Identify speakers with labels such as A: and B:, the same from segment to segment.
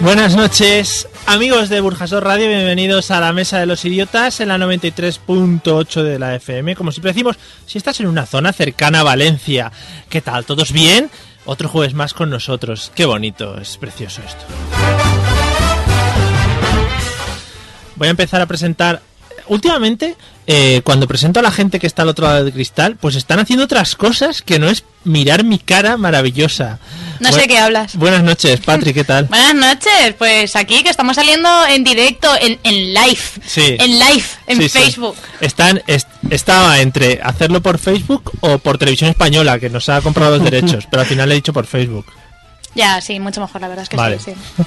A: Buenas noches, amigos de Burjasor Radio, bienvenidos a la Mesa de los Idiotas en la 93.8 de la FM. Como siempre decimos, si estás en una zona cercana a Valencia, ¿qué tal? ¿Todos bien? Otro jueves más con nosotros. Qué bonito, es precioso esto. Voy a empezar a presentar. Últimamente, eh, cuando presento a la gente que está al otro lado del cristal, pues están haciendo otras cosas que no es mirar mi cara maravillosa.
B: No sé
A: Buen-
B: qué hablas.
A: Buenas noches, Patrick, ¿qué tal?
B: Buenas noches, pues aquí que estamos saliendo en directo, en, en live.
A: Sí.
B: En live, en
A: Sí, sí.
B: Facebook.
A: Están, es- estaba entre hacerlo por Facebook o por Televisión Española, que nos ha comprado los derechos, pero al final le he dicho por Facebook.
B: Ya, sí, mucho mejor, la verdad es que
A: Vale.
B: sí. sí.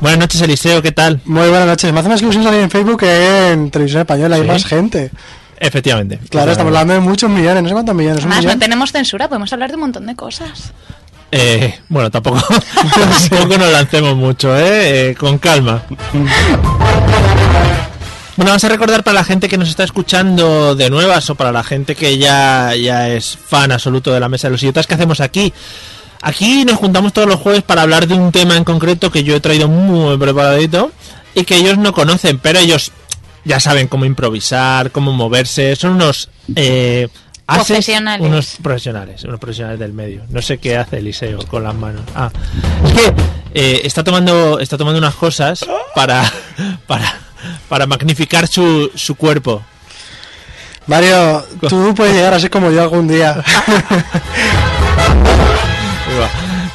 A: Buenas noches, Eliseo, ¿qué tal?
C: Muy buenas noches. Me hace más ilusión salir en Facebook que en televisión española.
A: ¿Sí?
C: Hay más gente.
A: Efectivamente.
C: Claro, estamos hablando de muchos millones. No sé cuántos
A: Pues
C: millones. Un
B: Además, no
C: millón.
B: tenemos censura, podemos hablar de un montón de cosas.
A: Eh, bueno, tampoco, tampoco nos lancemos mucho, ¿eh? Eh, Con calma. Bueno, vamos a recordar para la gente que nos está escuchando de nuevas o para la gente que ya, ya es fan absoluto de la Mesa de los Idiotas, ¿qué hacemos aquí? Aquí nos juntamos todos los jueves para hablar de un tema en concreto que yo he traído muy preparadito y que ellos no conocen, pero ellos ya saben cómo improvisar, cómo moverse, son unos... eh, ases,
B: Profesionales.
A: Unos profesionales, unos profesionales del medio. No sé qué hace Eliseo con las manos. Ah, es que eh, está, tomando, está tomando unas cosas para, para, para magnificar su, su cuerpo.
C: Mario, tú puedes llegar a ser como yo algún día.
B: Ah.
A: Ahí va.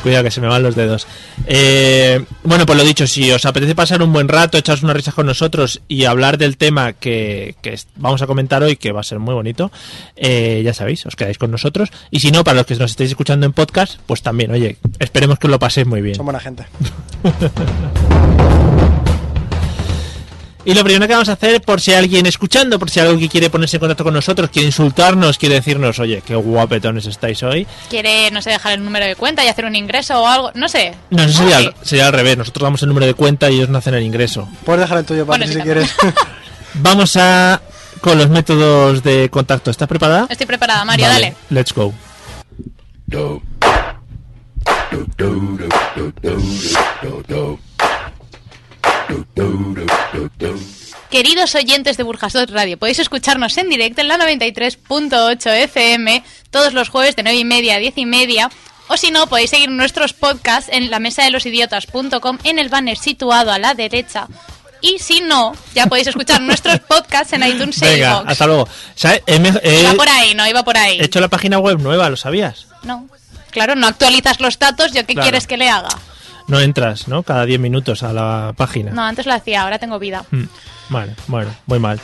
A: Cuidado que se me van los dedos. Eh, bueno, pues lo dicho, si os apetece pasar un buen rato, echaros unas risas con nosotros y hablar del tema que, que es- vamos a comentar hoy, que va a ser muy bonito, eh, ya sabéis, os quedáis con nosotros. Y si no, para los que nos estéis escuchando en podcast, pues también, oye, esperemos que os lo paséis muy bien.
C: Son buena gente.
A: Y lo primero que vamos a hacer, por si hay alguien escuchando, por si hay alguien que quiere ponerse en contacto con nosotros, quiere insultarnos, quiere decirnos, oye, qué guapetones estáis hoy,
B: Quiere, no sé, dejar el número de cuenta y hacer un ingreso o algo, no sé.
A: No, eso sería,
B: Ah,
A: al-
B: sí.
A: sería al revés. Nosotros damos el número de cuenta y ellos no hacen el ingreso.
C: Puedes dejar el tuyo,
B: Bueno,
C: Patrick,
B: sí,
C: si quieres.
A: Vamos a con los métodos de contacto. ¿Estás preparada?
B: Estoy preparada, Mario,
A: Vale,
B: dale.
A: Let's go.
D: do do do do do do do do do do do do do
B: Queridos oyentes de Burjasot Radio, podéis escucharnos en directo en la 93.8 FM todos los jueves de 9 y media a 10 y media. O si no, podéis seguir nuestros podcasts en la mesa de los idiotas.com en el banner situado a la derecha. Y si no, ya podéis escuchar nuestros podcasts en iTunes y
A: Venga,
B: iVoox.
A: hasta luego. ¿Sabes? He, me- he
B: Iba por ahí, no iba por ahí.
A: hecho la página web nueva, ¿lo sabías?
B: No. Claro, no actualizas los datos, ¿yo qué
A: Claro.
B: quieres que le haga?
A: No entras, ¿no? Cada 10 minutos a la página.
B: No, antes lo hacía, ahora tengo vida.
A: Mm, Vale, bueno, muy mal.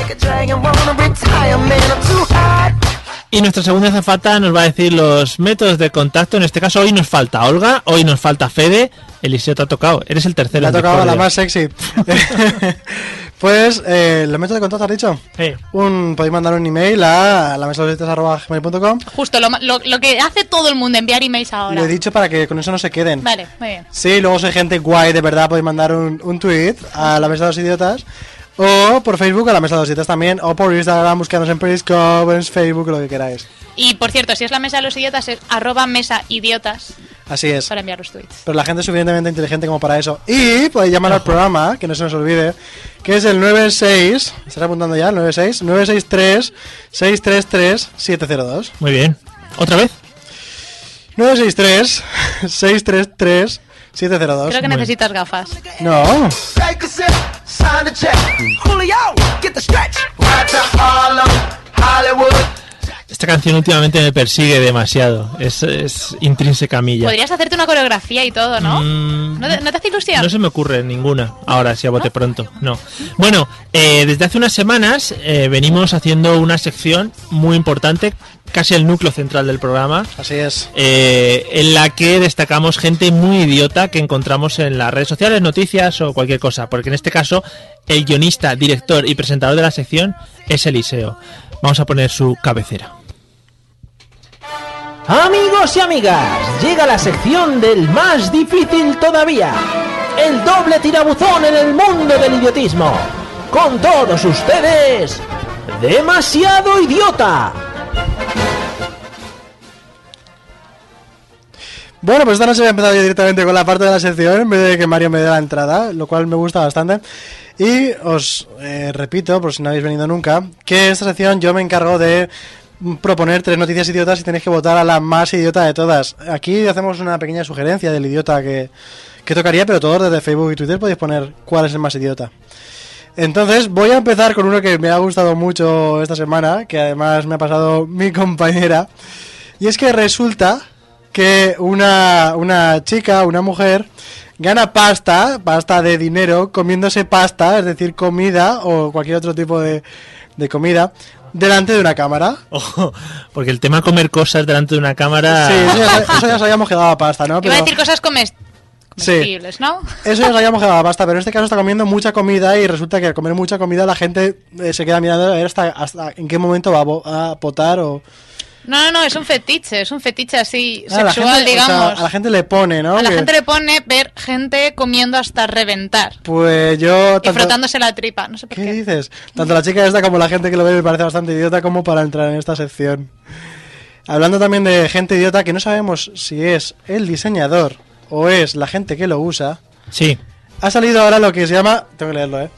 E: Make a dragon wanna retire, man. I'm too hot.
A: Y nuestra segunda zafata nos va a decir los métodos de contacto. En este caso, hoy nos falta Olga, hoy nos falta Fede. Eliseo te ha tocado. Eres el tercero.
C: Me ha
A: en
C: tocado la
A: discordia.
C: más sexy. pues, eh, ¿los métodos de contacto has dicho?
A: Eh,
C: Un, podéis mandar un email a la mesa de
B: Justo, lo, ma- lo- lo que hace todo el mundo, enviar emails ahora.
C: Lo he dicho para que con eso no se queden.
B: Vale, muy bien.
C: Sí, luego soy gente guay, de verdad, podéis mandar un, un tweet a la Mesa de los Idiotas. O por Facebook a la Mesa de los Idiotas también. O por Instagram, buscándonos en Periscope, en Facebook, lo que queráis.
B: Y por cierto, si es la mesa de los idiotas, es arroba mesa idiotas.
C: Así es.
B: para enviar los tweets.
C: Pero la gente es suficientemente inteligente como para eso. Y podéis llamar al programa, que no se nos olvide, que es el 96. ¿Estás apuntando ya? 96 963 633 702.
A: Muy bien. ¿Otra vez?
C: 963 633 702.
B: Creo que necesitas gafas.
C: No.
E: Take a sip, sign the check. Julio, get the stretch. Right to Harlem, Hollywood.
A: Esta canción últimamente me persigue demasiado. Es, es intrínseca a mí ya.
B: Podrías hacerte una coreografía y todo, ¿no?
A: Mm,
B: ¿No, te, no te hace ilusión?
A: No se me ocurre ninguna ahora, si a bote pronto. No. Bueno, eh, desde hace unas semanas eh, venimos haciendo una sección muy importante, casi el núcleo central del programa,
C: Así es.
A: eh, en la que destacamos gente muy idiota que encontramos en las redes sociales, noticias o cualquier cosa. Porque en este caso, el guionista, director y presentador de la sección es Eliseo. Vamos a poner su cabecera.
F: Amigos y amigas, llega la sección del más difícil todavía. El doble tirabuzón en el mundo del idiotismo. Con todos ustedes, demasiado idiota.
C: Bueno, pues esta noche voy a empezar yo directamente con la parte de la sección en vez de que Mario me dé la entrada, lo cual me gusta bastante. Y os eh, repito, por si no habéis venido nunca, que esta sección yo me encargo de mm, proponer tres noticias idiotas y tenéis que votar a la más idiota de todas. Aquí hacemos una pequeña sugerencia del idiota que, que tocaría, pero todos desde Facebook y Twitter podéis poner cuál es el más idiota. Entonces voy a empezar con uno que me ha gustado mucho esta semana, que además me ha pasado mi compañera. Y es que resulta que una, una chica, una mujer, gana pasta, pasta de dinero, comiéndose pasta, es decir, comida o cualquier otro tipo de, de comida, delante de una cámara.
A: Ojo, porque el tema comer cosas delante de una cámara.
C: Sí, eso ya, eso ya nos habíamos quedado a pasta, ¿no?
B: Iba a
C: Pero-
B: decir cosas comes-
C: Sí.
B: comestibles, ¿no?
C: Eso ya lo habíamos quedado basta, pero en este caso está comiendo mucha comida y resulta que al comer mucha comida la gente eh, se queda mirando a ver hasta, hasta en qué momento va a bo- a potar o...
B: No, no, no, es un fetiche, es un fetiche así
C: Ah, la
B: sexual,
C: gente- o sea,
B: digamos.
C: a la gente le pone, ¿no?
B: A la
C: Que-
B: gente le pone ver gente comiendo hasta reventar
C: Pues yo...
B: y
C: tanto-
B: frotándose la tripa, no sé por
C: ¿Qué
B: qué.
C: dices? Tanto la chica esta como la gente que lo ve me parece bastante idiota como para entrar en esta sección. Hablando también de gente idiota que no sabemos si es el diseñador o es la gente que lo usa,
A: Sí,
C: ha salido ahora lo que se llama, tengo que leerlo, ¿eh?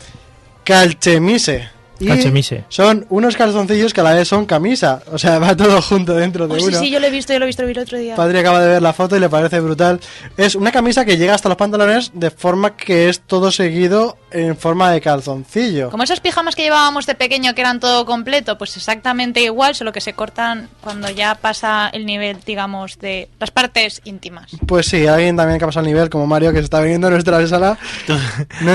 C: Calchemise. Y
A: Calchemise.
C: Son unos calzoncillos que a la vez son camisa. O sea, va todo junto dentro de
B: Oh, sí,
C: uno.
B: sí, yo lo he visto, yo lo he visto el otro día.
C: Padre acaba de ver la foto y le parece brutal. Es una camisa que llega hasta los pantalones de forma que es todo seguido en forma de calzoncillo.
B: Como esos pijamas que llevábamos de pequeño que eran todo completo, pues exactamente igual, solo que se cortan cuando ya pasa el nivel, digamos, de las partes íntimas.
C: Pues sí, alguien también que ha pasado el nivel, como Mario, que se está viniendo a nuestra sala. No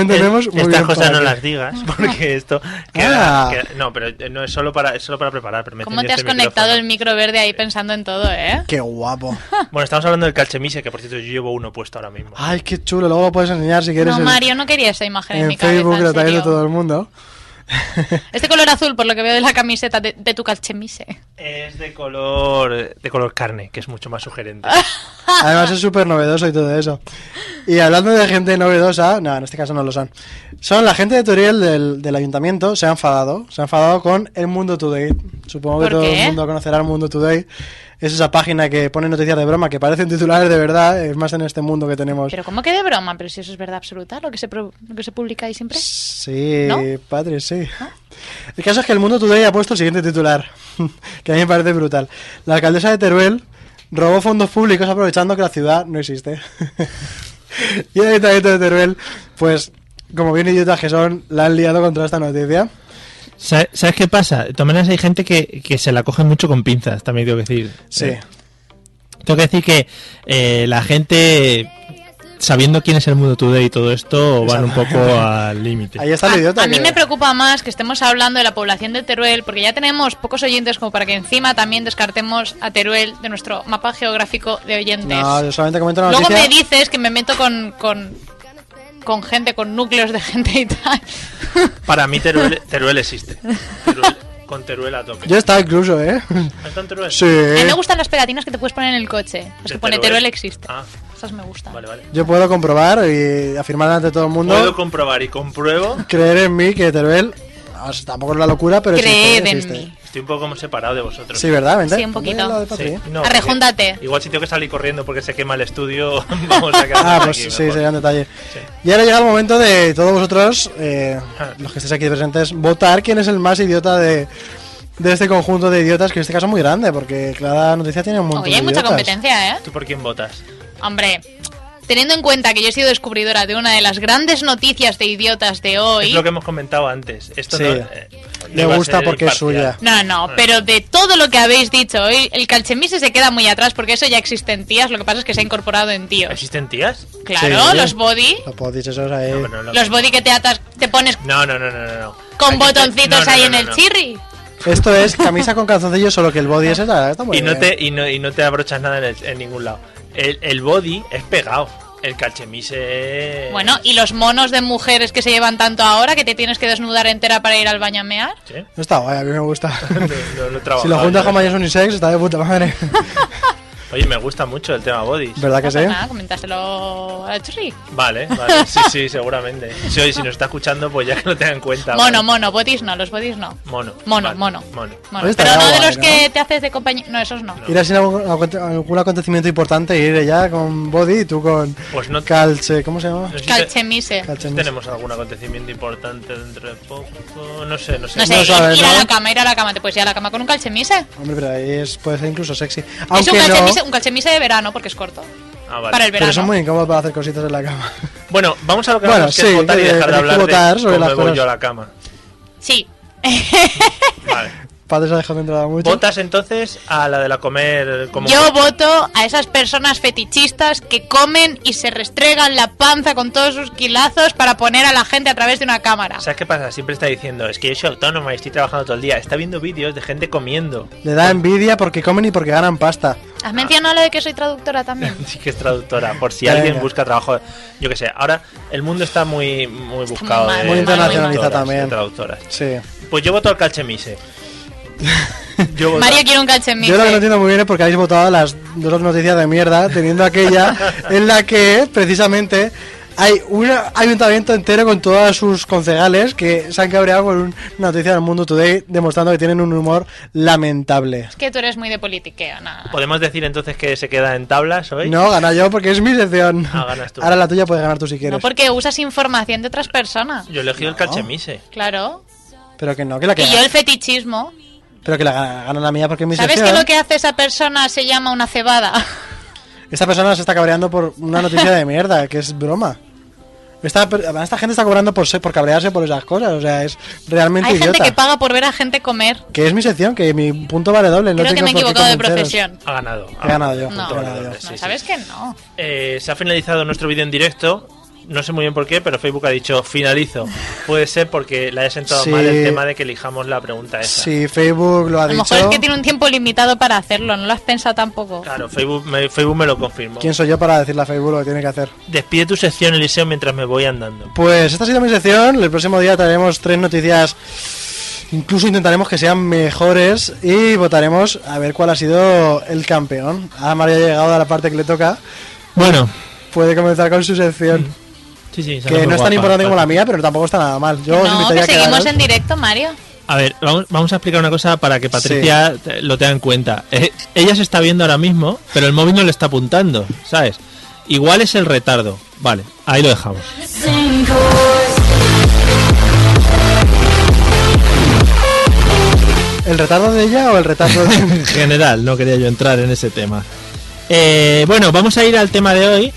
C: entendemos muy
G: Eh, Estas
C: bien
G: cosas
C: para
G: no
C: qué.
G: las digas, porque esto. queda-
C: Ah.
G: queda- no, pero eh, no es solo para, es solo para preparar. pero me
B: ¿Cómo te
G: encendí
B: has
G: este
B: conectado el
G: micrófono.
B: micro verde ahí pensando en todo, eh?
C: Qué guapo.
G: Bueno, estamos hablando del calchemise, que por cierto yo llevo uno puesto ahora mismo.
C: Ay, qué chulo. Luego lo puedes enseñar si quieres
B: No,
C: en-
B: Mario, no quería esa imagen en,
C: en,
B: mi
C: Facebook,
B: cabeza.
C: lo
B: en
C: traes de
B: serio.
C: todo el mundo.
B: Este color azul, por lo que veo de la camiseta de, de tu calchemise.
G: Es de color, de color carne, que es mucho más sugerente.
B: Ah.
C: Además es súper novedoso y todo eso. Y hablando de gente novedosa, no, en este caso no lo son. Son la gente de Toriel del, del ayuntamiento, se ha enfadado. Se ha enfadado con El Mundo Today. Supongo que
B: ¿Por
C: todo
B: qué?
C: el mundo conocerá El Mundo Today. Es esa página que pone noticias de broma, que parecen titulares de verdad. Es más en este mundo que tenemos.
B: Pero ¿cómo que de broma? Pero si eso es verdad absoluta, lo que se, pro- lo que se publica ahí siempre.
C: Sí,
B: ¿No?
C: padre, sí. El caso es que el mundo today ha puesto el siguiente titular, que a mí me parece brutal. La alcaldesa de Teruel robó fondos públicos aprovechando que la ciudad no existe. y el ayuntamiento de Teruel, pues, como bien idiotas que son, la han liado contra esta noticia.
A: Sa- ¿Sabes qué pasa? De todas maneras, hay gente que, que se la coge mucho con pinzas, también tengo que decir.
C: Sí.
A: Eh, tengo que decir que eh, la gente, sabiendo quién es el mundo today y todo esto, van un poco al límite.
C: Ahí está el idiota.
B: A mí
C: que-
B: me preocupa más que estemos hablando de la población de Teruel, porque ya tenemos pocos oyentes como para que encima también descartemos a Teruel de nuestro mapa geográfico de oyentes.
C: No, yo solamente comento la
B: Luego
C: noticia.
B: me dices que me meto con, con, con gente, con núcleos de gente y tal.
G: Para mí Teruel, Teruel existe. Teruel- con Teruel a tope.
C: Yo estaba incluso, ¿eh?
G: ¿Has estado en Teruel?
C: sí.
B: A mí me gustan las pegatinas que te puedes poner en el coche. Las
G: ¿De
B: que pone
G: Teruel?
B: Teruel existe.
G: Ah,
B: Esas me gustan.
G: vale, vale.
C: Yo puedo comprobar y afirmar ante todo el mundo.
G: Puedo comprobar y compruebo
C: creer en mí que Teruel o sea, ah, tampoco es la locura, pero
B: Creed
C: existe,
B: en
C: existe.
B: mí.
G: Estoy un poco como separado de vosotros.
C: Sí, ¿verdad? Vente.
B: Sí, un poquito.
C: Ven al lado de
G: Sí,
C: Patri, ¿eh?
G: no,
B: Arrejúndate.
G: porque Igual si tengo que salir corriendo porque se quema el estudio, vamos a quedar
C: Ah, pues sí, sería un detalle. Y ahora llega el momento de todos vosotros, eh, los que estéis aquí presentes, votar quién es el más idiota de, de este conjunto de idiotas, que en este caso es muy grande, porque cada noticia tiene un montón
B: Oye,
C: de
B: hay mucha
C: idiotas.
B: competencia, ¿eh?
G: ¿Tú por quién votas?
B: Hombre, teniendo en cuenta que yo he sido descubridora de una de las grandes noticias de idiotas de hoy.
G: Es lo que hemos comentado antes. Esto
C: Sí.
G: no, eh,
C: Le
G: iba a
C: gusta
G: ser
C: porque es
G: imparcial.
C: suya.
B: No, no, pero de todo lo que habéis dicho hoy, el calchemise se queda muy atrás porque eso ya existe en tías, lo que pasa es que se ha incorporado en tíos.
G: ¿Existen tías?
B: Claro,
C: Sí.
B: los body,
C: Los podéis esos ahí.
G: No, pero no,
B: los body que te atas, te pones
G: No, no, no, no, no, no. Aquí
B: con
G: está-
B: botoncitos
G: no, no,
B: ahí
G: no,
B: en
G: no,
B: el
G: no.
B: chirri.
C: Esto es camisa con calzoncillos, solo que el body es esa, está muy
G: Y no,
C: bien.
G: te, y, no, y no te abrochas nada en, el- en ningún lado. El, el body es pegado. El calchemise.
B: Bueno, y los monos de mujeres que se llevan tanto ahora que te tienes que desnudar entera para ir al baño a mear.
G: ¿Sí?
C: No está guay, a mí me gusta.
G: No, no, no he trabajado
C: si lo juntas
G: yo.
C: con mayas unisex, está de puta madre.
G: Oye, me gusta mucho el tema body.
C: ¿Verdad que
B: No
C: sí?
B: pasa nada, comentáselo al chirri.
G: Vale, vale. Sí, sí, seguramente. Si, oye, si nos está escuchando, pues ya que lo tenga en cuenta.
B: Mono,
G: vale.
B: mono, botis no, los botis no.
G: Mono.
B: Mono,
G: vale,
B: mono.
G: Mono.
B: Mono.
C: Oye,
B: Pero
C: estaría
B: no de
C: guay,
B: los
C: ¿no?
B: que te haces de compañía. No, esos no.
C: Ir así a algún, a algún acontecimiento importante, ir ella con body y tú con
G: Pues no-
C: calche, ¿cómo se llama?
G: No sé si te- no
B: Calchemise.
G: sé si
C: Calchemis.
G: tenemos algún acontecimiento importante dentro de poco. No sé, no sé.
B: No sé,
C: No sabes,
B: ir a
C: ¿no?
B: la cama, ir a la cama. Te puedes ir a la cama con un calchemise.
C: Hombre, pero ahí es- puede ser incluso sexy.
B: Es un
C: Aunque no,
B: calchemise, un calchemise de verano porque es corto.
G: Ah, vale.
B: Para el verano.
C: pero son muy incómodos para hacer cositas en la cama.
G: Bueno, vamos a lo que
C: Bueno,
G: vamos, que
C: sí,
G: es votar y
C: eh,
G: dejar de
C: tenéis que
G: hablar de
C: votar sobre
G: cómo
C: las
G: me voy
C: cosas.
G: yo a la cama.
B: Sí.
G: Vale.
C: Padres ha dejado entrada mucho.
G: ¿Votas entonces a la de la comer como
B: Yo voto a esas personas fetichistas que comen y se restregan la panza con todos sus quilazos para poner a la gente a través de una cámara.
G: ¿Sabes qué pasa? Siempre está diciendo, es que yo soy autónoma y estoy trabajando todo el día. Está viendo vídeos de gente comiendo.
C: Le da envidia porque comen y porque ganan pasta.
B: Has mencionado lo de que soy traductora también.
G: Sí que es traductora, por si
C: Venga.
G: alguien busca trabajo. Yo qué sé, ahora el mundo está muy, muy buscado.
B: mal,
G: de
B: muy
G: traductoras, de
C: internacionalizado también.
G: traductoras.
C: Sí.
G: Pues yo voto al calchemise. Yo voto-
B: Mario quiere un calchemise.
C: Yo lo que no entiendo muy bien es porque habéis votado las dos noticias de mierda, teniendo aquella en la que precisamente hay una, hay un ayuntamiento entero con todas sus concejales que se han cabreado con un- una noticia del Mundo Today demostrando que tienen un humor lamentable.
B: Es que tú eres muy de politiqueo, nada.
C: Pues,
G: ¿Podemos decir entonces que se queda en tablas hoy?
C: No, gana yo porque es mi sección.
G: Ah, ganas tú.
C: Ahora la tuya puedes ganar tú si
B: No
C: quieres.
B: porque usas información de otras personas.
G: Yo he elegido el calchemise.
B: Claro.
C: Pero que no, que la que
B: Y yo el fetichismo.
C: Pero que la gana, gana la mía porque es mi
B: ¿Sabes que
C: sección.
B: lo que hace esa persona se llama una cebada?
C: Esta persona se está cabreando por una noticia de mierda, que es broma. Esta, per- además, esta gente está cobrando por, ser, por cabrearse por esas cosas, o sea, es realmente
B: Hay
C: idiota.
B: gente que paga por ver a gente comer.
C: Que es mi sección, que mi punto vale doble. no
B: Creo que
C: tengo
B: me he
C: por qué
B: equivocado de
C: convenceros.
B: profesión.
G: Ha ganado.
C: He ganado yo.
B: No,
C: he ganado yo.
B: no, sabes que no.
G: Eh, se ha finalizado nuestro vídeo en directo. No sé muy bien por qué, pero Facebook ha dicho finalizo. Puede ser porque le haya sentado
C: Sí.
G: mal el tema de que elijamos la pregunta esa.
C: Sí, Facebook lo ha
B: A lo
C: dicho.
B: mejor es que tiene un tiempo limitado para hacerlo, no lo has pensado tampoco.
G: Claro, Facebook me, Facebook me lo confirmó.
C: ¿Quién soy yo para decirle a Facebook lo que tiene que hacer?
G: Despide tu sección, Eliseo, mientras me voy andando.
C: Pues esta ha sido mi sección. El próximo día traeremos tres noticias. Incluso intentaremos que sean mejores y votaremos a ver cuál ha sido el campeón. Ahora Mario ha llegado a la parte que le toca.
A: Bueno,
C: Puede comenzar con su sección,
A: Mm, sí, sí,
C: que no es tan importante como la mía, pero tampoco está nada mal. Yo os
B: no,
C: invitaría
B: que
C: a
B: seguimos
C: quedaros.
B: en directo, Mario.
A: A ver, vamos, vamos a explicar una cosa para que Patricia te- lo tenga en cuenta. Eh, ella se está viendo ahora mismo, pero el móvil no le está apuntando, ¿sabes? Igual es el retardo. Vale, ahí lo dejamos.
C: ¿El retardo de ella o el retardo de.?
A: En general, no quería yo entrar en ese tema. Eh, bueno, vamos a ir al tema de hoy.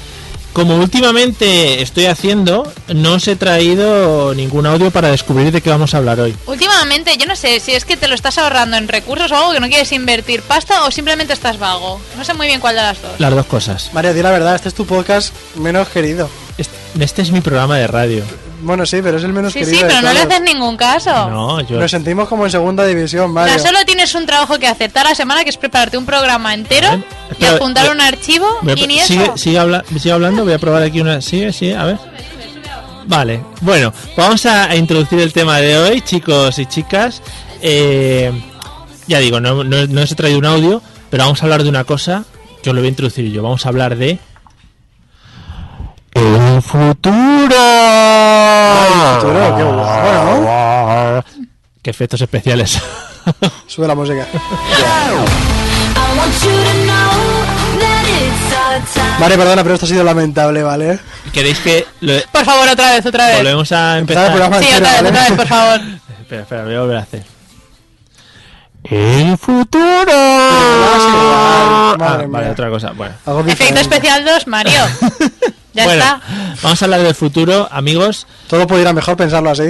A: Como últimamente estoy haciendo, no os he traído ningún audio para descubrir de qué vamos a hablar hoy.
B: Últimamente, yo no sé si es que te lo estás ahorrando en recursos o algo que no quieres invertir pasta o simplemente estás vago. No sé muy bien cuál de las dos.
A: Las dos cosas.
C: Mario, di la verdad, este es tu podcast menos querido.
A: Este, este es mi programa de radio.
C: Bueno, sí, pero es el menos
B: Sí,
C: querido.
B: sí,
C: de
B: pero no le
C: todos.
B: haces ningún caso.
A: No, yo.
C: Nos sentimos como en segunda división,
B: O sea,
C: Mario.
B: solo tienes un trabajo que hacer toda la semana, que es prepararte un programa entero
A: Ven,
B: y
A: espera,
B: apuntar
A: ve-
B: un archivo
A: Voy a
B: y
A: pro-
B: ni
A: sigue,
B: eso.
A: sigue habla- sigue hablando, voy a probar aquí una. Sigue, sigue, a ver. Vale, bueno, vamos a a introducir el tema de hoy, chicos y chicas. Eh, ya digo, no, no, no os he traído un audio, pero vamos a hablar de una cosa que os lo voy a introducir yo. Vamos a hablar de. ¡El futuro! Ah.
C: futuro, qué guapo,
A: ¡Qué efectos especiales!
C: Sube la música. Vale, perdona, pero esto ha sido lamentable, ¿vale?
A: ¿Queréis que lo-
B: Por favor, otra vez, otra vez.
A: volvemos a
C: Empezar
A: empezar?
C: el programa de
B: Sí,
C: cero,
B: otra vez,
C: ¿vale?
B: otra vez, por favor.
A: Espera, espera, lo voy a volver a hacer. Ah, El futuro. Ah,
C: Madre
A: vale,
C: mía.
A: otra cosa. Bueno.
C: Algo
B: Efecto
C: diferente.
B: especial 2, Mario. Ya
A: Bueno,
B: está.
A: Vamos a hablar del futuro, amigos.
C: Todo puede ir a mejor pensarlo así.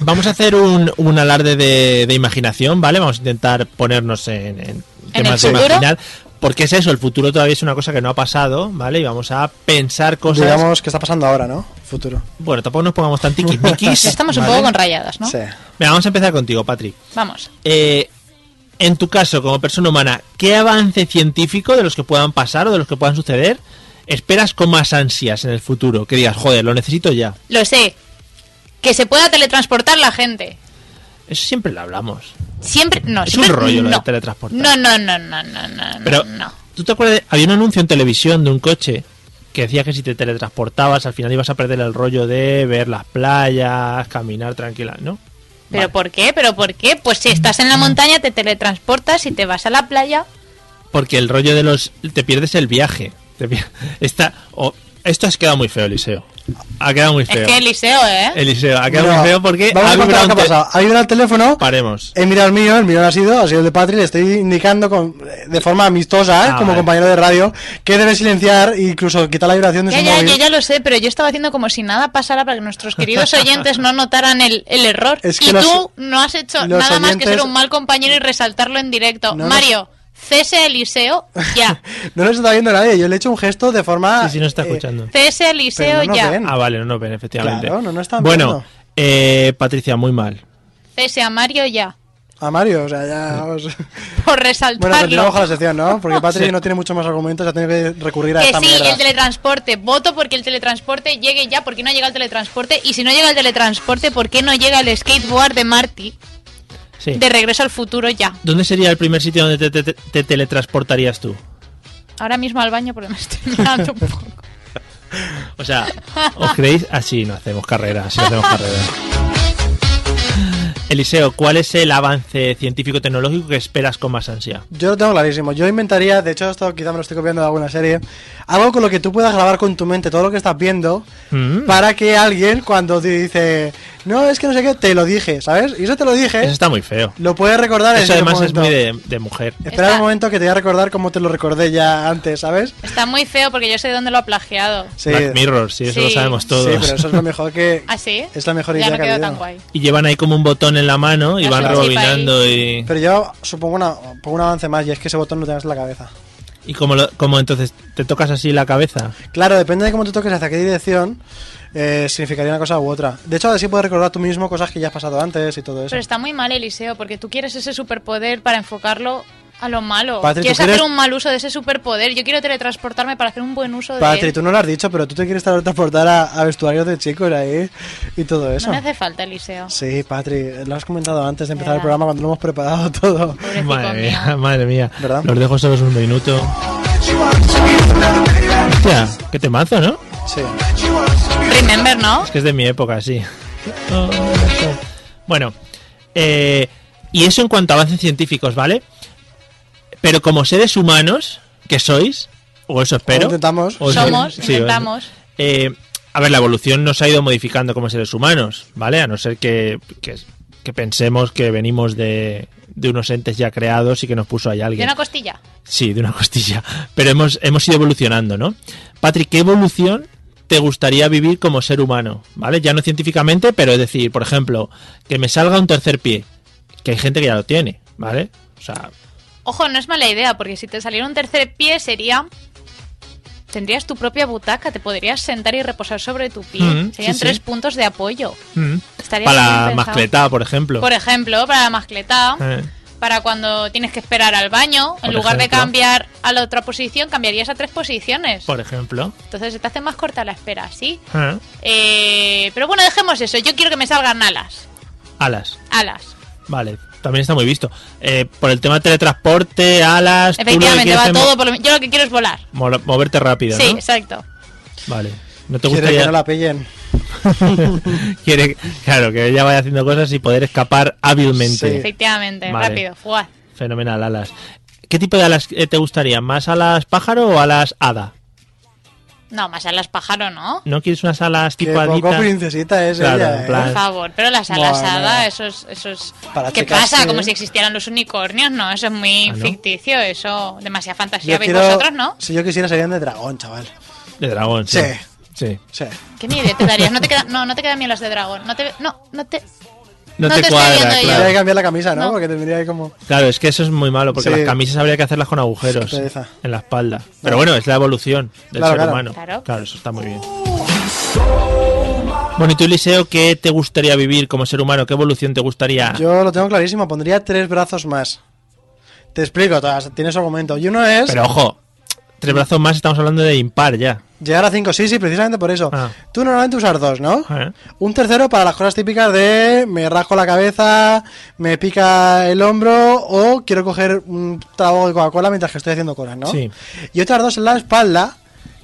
A: Vamos a hacer un, un alarde de, de imaginación, ¿vale? Vamos a intentar ponernos en, en temas de
B: futuro?
A: imaginar. Porque es eso, el futuro todavía es una cosa que no ha pasado, ¿vale? Y vamos a pensar cosas.
C: Digamos que está pasando ahora, ¿no? Futuro.
A: Bueno, tampoco nos pongamos tan tiquismiquis.
B: Estamos un
A: ¿vale?
B: poco con rayadas, ¿no?
C: Sí.
A: Venga, vamos a empezar contigo, Patrick.
B: Vamos.
A: Eh, en tu caso, como persona humana, ¿qué avance científico de los que puedan pasar o de los que puedan suceder esperas con más ansias en el futuro? Que digas, joder, lo necesito ya.
B: Lo sé. Que se pueda teletransportar la gente.
A: Eso siempre lo hablamos.
B: Siempre. No,
A: Es
B: siempre.
A: un rollo
B: no.
A: lo de teletransportar.
B: No, no, no, no, no, no.
A: Pero,
B: Mm, no.
A: ¿tú te acuerdas? de- había un anuncio en televisión de un coche que decía que si te teletransportabas al final ibas a perder el rollo de ver las playas, caminar tranquila, ¿no?
B: ¿Pero
A: Vale.
B: por qué? ¿Pero por qué? Pues si estás
C: Mm.
B: en la montaña, te teletransportas y te vas a la playa.
A: Porque el rollo de los... te pierdes el viaje. Te pier- Está... o- esto has quedado muy feo, Eliseo. Ha quedado muy feo.
B: Es que Eliseo, ¿eh?
A: Eliseo, ha quedado
C: Mira,
A: muy feo porque
C: Vamos
A: ha
C: a contar
A: vibrado
C: lo que
A: un
C: ha
A: te-
C: pasado. Eh, Ha vibrado el teléfono.
A: Paremos.
C: He mirado el mío, el mío no ha sido, ha sido el de Patri, le estoy indicando con, de forma amistosa, ¿eh?
A: Ah,
C: como
A: vale.
C: compañero de radio, que debe silenciar e incluso quitar la vibración de
B: Ya,
C: su
B: ya,
C: móvil.
B: yo ya lo sé, pero yo estaba haciendo como si nada pasara para que nuestros queridos oyentes no notaran el, el error.
C: Es que
B: y
C: los-
B: tú no has hecho
C: los
B: nada más que
C: oyentes-
B: ser un mal compañero y resaltarlo en directo.
C: No, no.
B: Mario, cese a Eliseo ya.
C: No nos está viendo nadie, yo le he hecho un gesto de forma...
A: Sí, sí, no está
C: eh,
A: escuchando.
B: Cese a
C: pero
B: Eliseo
C: no nos
B: ya.
C: ven.
A: Ah, vale, no nos ven, efectivamente.
C: Claro, no nos están
A: bueno,
C: viendo.
A: eh, Patricia, muy mal.
B: Cese a Mario ya.
C: A Mario, o sea, ya... os-
B: Por
C: Bueno,
B: resaltarlo.
C: continuamos con la sección, ¿no? Porque Patri no tiene muchos más argumentos, ha tenido que recurrir a
B: que
C: esta
B: sí,
C: mierda.
B: el teletransporte. Voto porque el teletransporte llegue ya, porque no llega el teletransporte. Y si no llega el teletransporte, ¿por qué no llega el skateboard de Marty
A: Sí.
B: de regreso al futuro ya?
A: ¿Dónde sería el primer sitio donde te, te- te teletransportarías tú?
B: Ahora mismo al baño porque me estoy mirando un poco.
A: O sea, ¿os creéis? Así no hacemos carrera, así no hacemos carrera. Eliseo, ¿cuál es el avance científico-tecnológico que esperas con más ansia?
C: Yo lo tengo clarísimo. Yo inventaría, de hecho, esto quizá me lo estoy copiando de alguna serie, algo con lo que tú puedas grabar con tu mente todo lo que estás viendo
A: Mm.
C: para que alguien, cuando te dice, no, es que no sé qué, te lo dije, ¿sabes? Y eso te lo dije,
A: Eso está muy feo.
C: lo puedes recordar en
A: Eso
C: ese
A: además es
C: momento.
A: muy de, de mujer.
C: Espera
B: Está-
C: un momento que te voy a recordar como te lo recordé ya antes, ¿sabes?
B: Está muy feo porque yo sé de dónde lo ha plagiado.
C: Sí.
A: Black Mirror, sí, eso
B: Sí.
A: lo sabemos todos.
C: Sí, pero eso es lo mejor que.
B: ¿Ah, sí?
C: Es la mejor
B: ya
C: idea
B: no
C: que ha
B: quedó
C: habido.
B: tan guay.
A: Y llevan ahí como un botón en la mano y
B: La
A: van
B: flechita
A: rebobinando y...
C: Pero yo supongo una, pongo un avance más y es que ese botón lo tengas en la cabeza.
A: ¿Y como entonces te tocas así la cabeza?
C: Claro, depende de cómo te toques hacia qué dirección, eh, significaría una cosa u otra. De hecho, así puedes recordar tú mismo cosas que ya has pasado antes y todo eso.
B: Pero está muy mal, Eliseo, porque tú quieres ese superpoder para enfocarlo a lo malo.
C: Patri, ¿tú
B: quieres hacer
C: quieres-
B: un mal uso de ese superpoder. Yo quiero teletransportarme para hacer un buen uso de
C: Patri,
B: él.
C: tú no lo has dicho, pero tú te quieres transportar a, a vestuarios de chicos ahí y todo eso.
B: No me hace falta, Eliseo.
C: Sí, Patri, lo has comentado antes de empezar el
B: Verdad.
C: programa cuando lo hemos preparado todo.
B: Pobrecito
A: Madre
B: mío.
A: mía, madre mía.
C: ¿Verdad?
A: Los dejo solos un minuto. Hostia, qué temazo, ¿no?
C: Sí.
B: Remember, ¿no?
A: Es que es de mi época, sí. Bueno, eh, y eso en cuanto a avances científicos, ¿vale? Pero como seres humanos que sois, o eso
C: Lo
A: espero.
C: intentamos.
A: o eso-
B: Somos,
A: Pues sí,
B: intentamos.
A: Eh, a ver, la evolución nos ha ido modificando como seres humanos, ¿vale? A no ser que, que, que pensemos que venimos de, de unos entes ya creados y que nos puso ahí
B: De
A: alguien.
B: una costilla.
A: Sí, de una costilla. Pero hemos, hemos ido evolucionando, ¿no? Patrick, ¿qué evolución te gustaría vivir como ser humano? ¿Vale? Ya no científicamente, pero es decir, por ejemplo, que me salga un tercer pie, que hay gente que ya lo tiene, ¿vale? O sea,
B: Ojo, no es mala idea, porque si te saliera un tercer pie sería... Tendrías tu propia butaca, te podrías sentar y reposar sobre tu pie.
A: Mm,
B: Serían
A: sí, sí.
B: tres puntos de apoyo.
A: mm,
B: Estaría
A: para
B: bien
A: la
B: pensado.
A: mascletá, por ejemplo.
B: Por ejemplo, para la mascletá,
A: Eh,
B: para cuando tienes que esperar al baño, en
A: Por
B: lugar
A: ejemplo.
B: de cambiar a la otra posición, cambiarías a tres posiciones.
A: por ejemplo.
B: Entonces se te hace más corta la espera, ¿sí?
A: Eh,
B: Eh, pero bueno, dejemos eso. Yo quiero que me salgan alas.
A: alas.
B: Alas.
A: Vale, también está muy visto. Eh, por el tema de teletransporte, alas, tú lo que
B: Efectivamente,
A: quieres
B: va
A: es mo-
B: todo por lo mi- Yo lo que quiero es volar.
A: mo- moverte rápido,
B: Sí,
A: ¿no?
B: exacto.
A: Vale. No te
C: Quiere que
A: gustaría
C: no la pillen.
A: Quiere, claro, que ella vaya haciendo cosas y poder escapar hábilmente.
C: Sí.
B: Efectivamente,
A: Vale.
B: rápido, fuaz.
A: Fenomenal, alas. ¿Qué tipo de alas eh, te gustaría? ¿Más alas pájaro o alas hada?
B: No, más alas pájaro, ¿no?
A: ¿No quieres unas alas
C: Qué
A: tipo
C: poco
A: hadita?
C: princesita es
A: Claro,
C: ella,
A: en
C: ¿eh?
A: plan-
B: Por favor, pero las alas
C: Bueno.
B: hada, eso es... Eso es
C: Para
B: ¿Qué
C: chicas,
B: pasa?
C: sí.
B: Como si existieran los unicornios, ¿no? Eso es muy
A: Ah, ¿no?
B: ficticio, eso... Demasiada fantasía,
C: Yo
B: ¿veis
C: quiero-
B: vosotros, no?
C: Si yo quisiera serían de dragón, chaval.
A: De dragón, sí.
C: Sí.
A: Sí.
C: Sí.
B: ¿Qué ni idea te darías? No te queda, no, no te quedan bien las de dragón. No te... No, no te...
A: No,
B: No
A: te,
B: te estoy
A: cuadra,
B: viendo yo.
C: Tendría que
A: claro.
C: cambiar la camisa, ¿no?
B: No.
C: Porque tendría ahí como...
A: Claro, es que eso es muy malo, porque
C: Sí.
A: las camisas habría que hacerlas con agujeros
C: Qué pereza.
A: en la espalda. Pero bueno, es la evolución del
C: Claro,
A: ser
C: claro.
A: humano.
B: Claro.
A: eso está muy bien. Bueno, y tú, Eliseo, ¿qué te gustaría vivir como ser humano? ¿Qué evolución te gustaría?
C: Yo lo tengo clarísimo, pondría tres brazos más. Te explico, todas, tienes argumento. Y uno es
A: Pero ojo, tres brazos más estamos hablando de impar ya.
C: llegar a cinco. Sí, sí, precisamente por eso.
A: Ah.
C: Tú normalmente usas dos, ¿no?
A: ¿Eh?
C: Un tercero para las cosas típicas de me rasco la cabeza, me pica el hombro o quiero coger un trago de Coca-Cola mientras que estoy haciendo cosas, ¿no?
A: Sí.
C: Y otras dos en la espalda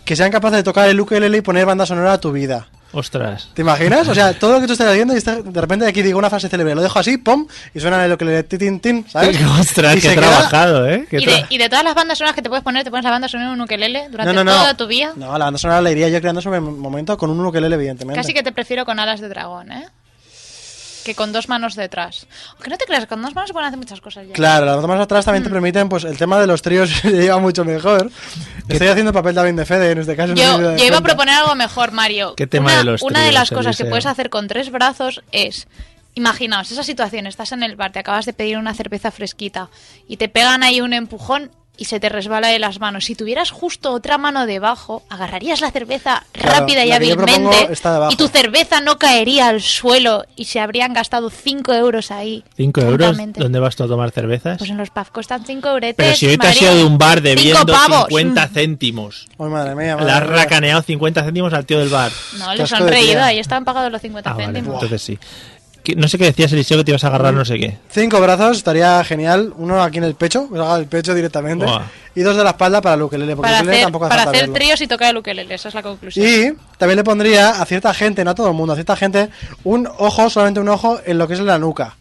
C: que sean capaces de tocar el ukelele y poner banda sonora a tu vida.
A: Ostras.
C: ¿Te imaginas? O sea, todo lo que tú estás haciendo y está- de repente aquí digo una frase célebre, lo dejo así, pum, y suena el ukelele, ti, tin, tin, ¿sabes?
A: Ostras,
C: Y
A: qué
C: se queda-
A: trabajado, ¿eh? Qué
B: Y
A: tra-
B: de, y de todas las bandas sonoras que te puedes poner, te pones la banda sonora en un ukelele durante toda tu vida.
C: No, la banda sonora la iría yo creando sobre el momento con un ukelele, evidentemente.
B: Casi que te prefiero con alas de dragón, ¿eh? Que con dos manos detrás. Aunque no te creas, con dos manos se pueden hacer muchas cosas ya.
C: Claro, las más atrás también te
B: Mm.
C: permiten, pues el tema de los tríos se lleva mucho mejor. Estoy haciendo el papel también de Fede en este caso. no me he
B: Yo,
C: dado
B: yo iba a
C: cuenta.
B: proponer algo mejor, Mario.
A: ¿Qué tema
B: una,
A: de los
B: una de
A: tríos,
B: las cosas que
A: Eliseo?
B: puedes hacer con tres brazos es. Imaginaos esa situación, estás en el bar, te acabas de pedir una cerveza fresquita y te pegan ahí un empujón y se te resbala de las manos. Si tuvieras justo otra mano debajo, agarrarías la cerveza
C: Claro,
B: rápida y
C: la que yo propongo
B: hábilmente
C: está debajo.
B: y tu cerveza no caería al suelo y se habrían gastado 5 euros ahí.
A: ¿Cinco euros?
B: tontamente.
A: ¿Dónde vas tú a tomar cervezas?
B: Pues en los pubs costan 5 euretes.
A: Pero si hoy te has
B: María.
A: ido de un bar
B: Cinco
A: debiendo
B: pavos.
A: 50 céntimos.
C: Ay, madre mía, madre
A: Le has
C: mía.
A: racaneado 50 céntimos al tío del bar.
B: No,
C: Qué
B: les
C: asco
B: han
C: de
B: reído,
C: tía.
B: ahí están pagados los 50
A: Ah, vale,
B: céntimos.
A: entonces sí. Que- No sé qué decías, Eliseo, que te ibas a
C: Mm.
A: agarrar no sé qué.
C: Cinco brazos, estaría genial. Uno aquí en el pecho, que salga del pecho directamente.
A: Buah.
C: Y dos de la espalda para el ukelele, porque
B: para
C: el ukelele
B: hacer,
C: tampoco hace
B: para
C: falta
B: hacer
C: verlo.
B: tríos y tocar el ukelele, esa es la conclusión.
C: Y también le pondría a cierta gente, no a todo el mundo, a cierta gente, un ojo, solamente un ojo, en lo que es la nuca.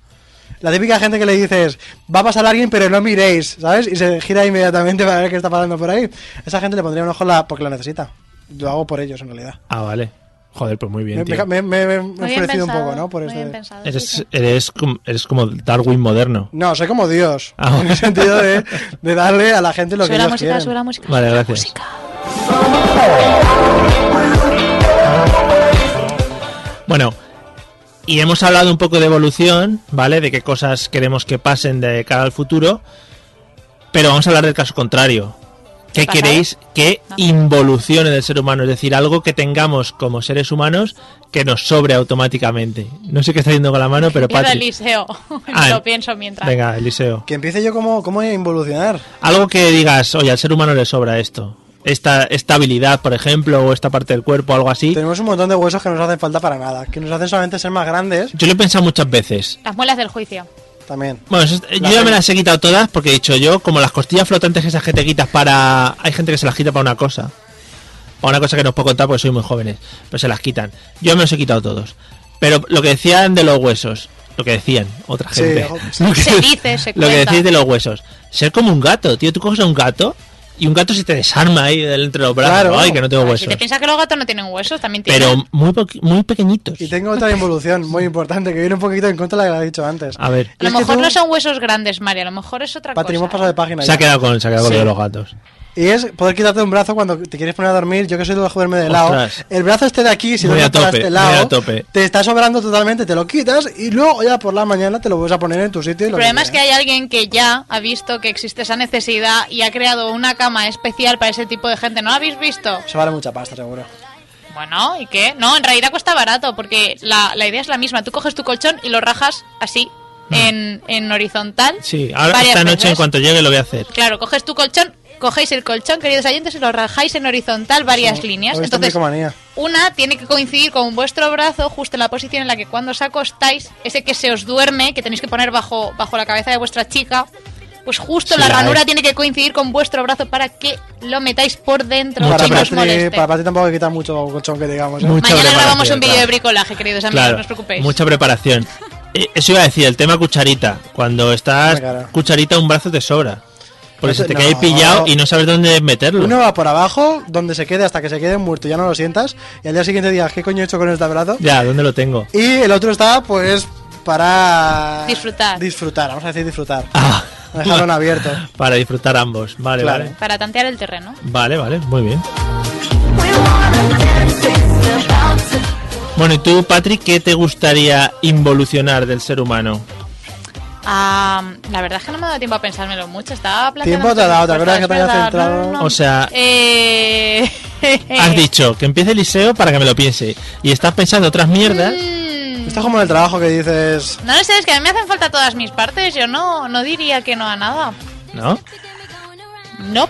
C: La típica gente que le dices, va a pasar alguien, pero no miréis, ¿sabes? Y se gira inmediatamente para ver qué está pasando por ahí. A Esa gente le pondría un ojo en la, porque la necesita. Lo hago por ellos, en realidad.
A: Ah, vale. Joder, pues muy bien.
C: Me-
A: tío.
C: me, me, me- me he
B: Muy bien
C: enfurecido un
B: pensado,
C: poco, ¿no? Por
B: muy
C: esto
B: bien
C: de-
B: pensado, sí,
A: este Eres,
B: sí.
A: eres, como, eres como Darwin moderno.
C: No, soy como Dios.
A: Ah,
C: En
A: bueno.
C: el sentido de, de darle a la gente lo
B: Sube
C: que
B: la
C: ellos
B: música,
C: quieren.
B: sube la música.
A: Vale,
B: sube la
A: gracias.
B: música.
A: Bueno, y hemos hablado un poco de evolución, ¿vale? De qué cosas queremos que pasen de cara al futuro. Pero vamos a hablar del caso contrario. ¿Qué
B: ¿Pasado?
A: queréis que
B: No.
A: involucione del ser humano? Es decir, algo que tengamos como seres humanos que nos sobre automáticamente. No sé qué está haciendo con la mano, pero
B: Empieza
A: Patrick.
B: Eliseo.
A: Ah,
B: Lo pienso mientras.
A: Venga, Eliseo.
C: Que empiece yo como, como a involucionar.
A: Algo que digas, oye, al ser humano le sobra esto. Esta, esta habilidad, por ejemplo, o esta parte del cuerpo, algo así.
C: Tenemos un montón de huesos que no nos hacen falta para nada, que nos hacen solamente ser más grandes
A: Yo lo he pensado muchas veces.
B: Las muelas del juicio.
C: también.
A: Bueno, eso es- yo ya
C: gente-
A: me las he quitado todas porque he dicho yo, como las costillas flotantes esas que te quitas para... Hay gente que se las quita para una cosa. Para una cosa que no os puedo contar porque soy muy jóvenes. Pero se las quitan. Yo me los he quitado todos. Pero lo que decían de los huesos. Lo que decían otra
C: Sí,
A: gente.
C: ojo.
A: Lo que-
B: Se dice, se
A: Lo que
B: cuenta.
A: decís de los huesos. Ser como un gato, tío. Tú coges a un gato y un gato se te desarma ahí del- entre los brazos.
C: Claro.
A: Ay, que no tengo
B: Ah, Si
A: huesos.
B: te piensas que los gatos no tienen huesos, también tienen.
A: Pero muy, poqui- muy pequeñitos.
C: Y tengo otra involución muy importante que viene un poquito en contra de la que he dicho antes.
A: A ver.
B: a lo
C: es que
B: mejor
C: tú-
B: no son huesos grandes, María, a lo mejor es otra
C: Patrimos
B: cosa.
C: paso de página.
A: Se ha
C: ya.
A: quedado con, se ha quedado con lo de los gatos.
C: Y es poder quitarte un brazo cuando te quieres poner a dormir. Yo que soy de joderme de lado.
A: Ostras.
C: El brazo este de aquí, si
A: Muy
C: lo
A: a
C: para
A: tope,
C: este
A: muy
C: lado,
A: a tope.
C: te está sobrando totalmente, te lo quitas y luego ya por la mañana te lo vuelves a poner en tu sitio. y
B: El
C: lo
B: problema es que
C: quieras.
B: hay
A: ¿eh?
B: alguien que ya ha visto que existe esa necesidad y ha creado una cama especial para ese tipo de gente. ¿No lo habéis visto?
C: Eso vale mucha pasta, seguro.
B: Bueno, ¿y qué? No, en realidad cuesta barato, porque la, la idea es la misma. Tú coges tu colchón y lo rajas así, en, en horizontal.
A: Mm. Sí, ahora
B: varias
A: esta noche en
B: veces.
A: cuanto llegue lo voy a hacer.
B: Claro, coges tu colchón, cogéis el colchón, queridos oyentes, y lo rajáis en horizontal varias líneas.
C: Hoy estoy en
B: Entonces,
C: bricomanía.
B: una tiene que coincidir con vuestro brazo justo en la posición en la que cuando os acostáis, ese que se os duerme, que tenéis que poner bajo, bajo la cabeza de vuestra chica, pues justo
A: Sí,
B: la
A: la
B: ranura
A: hay.
B: tiene que coincidir con vuestro brazo para que lo metáis por dentro
C: Para
B: y no os
C: Patri,
B: moleste.
C: para Patri tampoco hay que quitar mucho colchón que digamos. ¿eh?
A: Mucho. Mucha
B: Mañana
A: preparación,
B: grabamos un vídeo de
A: claro.
B: bricolaje, queridos amigos,
A: Claro,
B: no os preocupéis.
A: mucha preparación. Eh, Eso iba a decir, el tema cucharita. Cuando estás
C: Hombre, claro.
A: cucharita, un brazo te sobra. Porque
C: Eso-
A: se te
C: no.
A: cae pillado y no sabes dónde meterlo.
C: Uno va por abajo, donde se quede hasta que se quede muerto, ya no lo sientas. Y al día siguiente digas, ¿qué coño he hecho con este brazo?
A: Ya, ¿dónde lo tengo?
C: Y el otro está, pues, para.
B: Disfrutar.
C: Disfrutar, vamos a decir disfrutar.
A: Ah,
C: Dejaron abierto.
A: para disfrutar ambos. Vale,
C: Claro.
A: vale.
B: Para tantear el terreno.
A: Vale, vale, muy bien. Bueno, ¿y tú, Patrick, qué te gustaría involucionar del ser humano?
B: Ah, la verdad es que no me ha dado tiempo a pensármelo mucho. Estaba planteando.
C: Tiempo te ha dado, ¿te acuerdas
B: cosas,
C: que te habías
B: ¿verdad?
C: centrado?
B: No, no, no.
A: O sea,
B: Eh...
A: has dicho que empiece el liceo para que me lo piense. Y estás pensando otras mierdas.
B: Mm,
C: Esto es como en el trabajo que dices.
B: No lo sé, es que a mí me hacen falta todas mis partes. Yo no, no diría que no a nada.
A: ¿No?
B: No.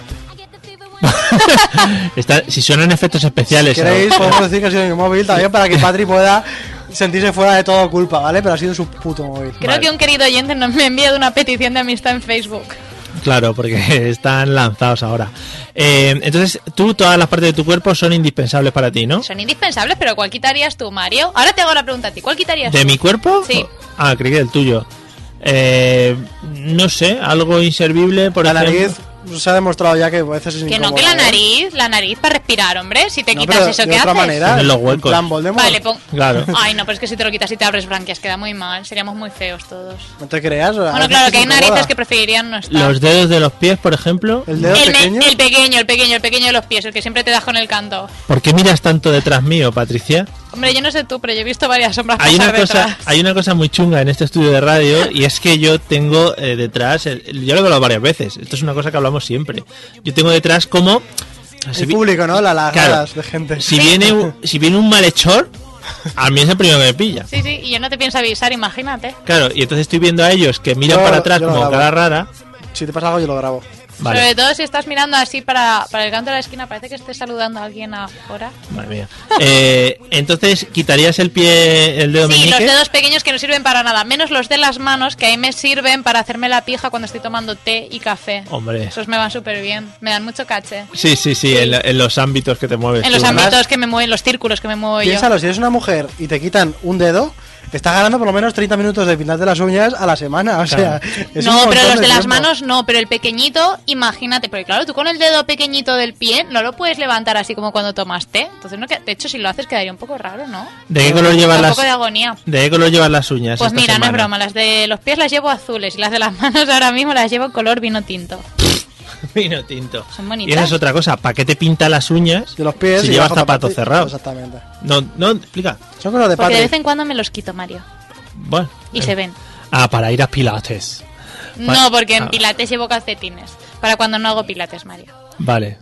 A: Está- si suenan efectos especiales.
C: Si queréis,
A: ¿no?
C: podemos decir que ha sido mi móvil también para que Patri pueda sentirse fuera de todo culpa, ¿vale? Pero ha sido su puto móvil.
B: Creo que un querido oyente nos me ha enviado una petición de amistad en Facebook.
A: Claro, porque están lanzados ahora. Eh, entonces, tú, todas las partes de tu cuerpo son indispensables para ti, ¿no?
B: Son indispensables, pero ¿cuál quitarías tú, Mario? Ahora te hago la pregunta a ti. ¿Cuál quitarías
A: ¿De
B: tú?
A: mi cuerpo?
B: Sí.
A: Ah, creí que del tuyo. Eh, no sé, algo inservible, por
C: La
A: ejemplo.
C: nariz se ha demostrado ya que a veces es
B: Que no,
C: incómoda,
B: que la
C: ¿eh?
B: nariz, la nariz para respirar, hombre. Si te
C: No,
B: quitas
C: pero
B: eso,
C: de
B: ¿qué
C: otra
B: haces?
C: manera.
A: En los
C: en
A: huecos.
C: plan Voldemort.
B: Vale, pon...
A: Claro.
B: Ay, no, pero es que si te lo quitas y te abres branquias, queda muy mal. Seríamos muy feos todos.
C: No te
A: Ah,
C: creas. a
B: Bueno,
C: veces
B: claro,
C: es
B: que hay
C: incómoda.
B: narices que preferirían no estar.
A: Los dedos de los pies, por ejemplo.
C: El dedo
B: el, me-
C: pequeño.
B: el pequeño, el pequeño, el pequeño de los pies, el que siempre te das con el canto.
A: ¿Por qué miras tanto detrás mío, Patricia?
B: Hombre, yo no sé tú, pero yo he visto varias sombras
A: Hay
B: pasar
A: una, cosa,
B: detrás.
A: hay una cosa muy chunga en este estudio de radio y es que yo tengo eh, detrás, el- el- yo lo he hablado varias veces, esto es una cosa que hablamos siempre, yo tengo detrás como... si
C: El
A: vi-
C: público, ¿no? Las lagadas
A: Claro.
C: de gente.
A: si viene un- si viene un malhechor a mí es el primero que me pilla
B: Sí, sí, y yo no te pienso avisar, imagínate.
A: claro y entonces estoy viendo a ellos que miran
C: Yo-
A: para atrás
C: yo
A: como
C: grabo.
A: cara rara
C: Si te pasa algo, yo lo grabo.
A: vale
B: Sobre todo si estás mirando así para, para el canto de la esquina, parece que estés saludando a alguien ahora.
A: madre mía Eh, entonces quitarías el pie el dedo
B: Sí, los
A: meñique
B: dedos pequeños que no sirven para nada, menos los de las manos, que ahí me sirven para hacerme la pija cuando estoy tomando té y café.
A: hombre
B: Esos me van súper bien, me dan mucho caché.
A: sí sí sí en, la- en los ámbitos que te mueves
B: En
A: tú,
B: los
A: ¿no?
B: ámbitos que me mueven, los círculos que me muevo yo.
C: Piénsalo, si eres una mujer y te quitan un dedo, estás ganando por lo menos 30 minutos de pintarte las uñas a la semana. O sea, es un
B: No, pero
C: montón
B: los de las
C: tiempo.
B: manos no, pero el pequeñito, imagínate, porque claro, tú con el dedo pequeñito del pie no lo puedes levantar así como cuando tomas té. Entonces, no, que- de hecho, si lo haces quedaría un poco raro, ¿no?
A: de qué color llevas
B: Un
A: las
B: poco de agonía.
A: de qué color llevas las uñas
B: Pues
A: esta
B: mira, no es
A: semana?
B: broma, las de los pies las llevo azules y las de las manos ahora mismo las llevo color vino tinto.
A: vino tinto
B: Son
A: y
B: bonitas.
A: esa es otra cosa para qué te pinta las uñas
C: De los pies.
A: si
C: y
A: llevas
C: bajo
A: zapatos
C: zapati-
A: cerrados
C: Exactamente.
A: no no explica
C: Son cosas de
B: Porque de
C: Patri.
B: vez en cuando me los quito, Mario.
A: bueno
B: Y se ven.
A: ah para ir a pilates
B: No, porque en
A: Ah.
B: pilates llevo calcetines. Para cuando no hago pilates, Mario.
A: Vale,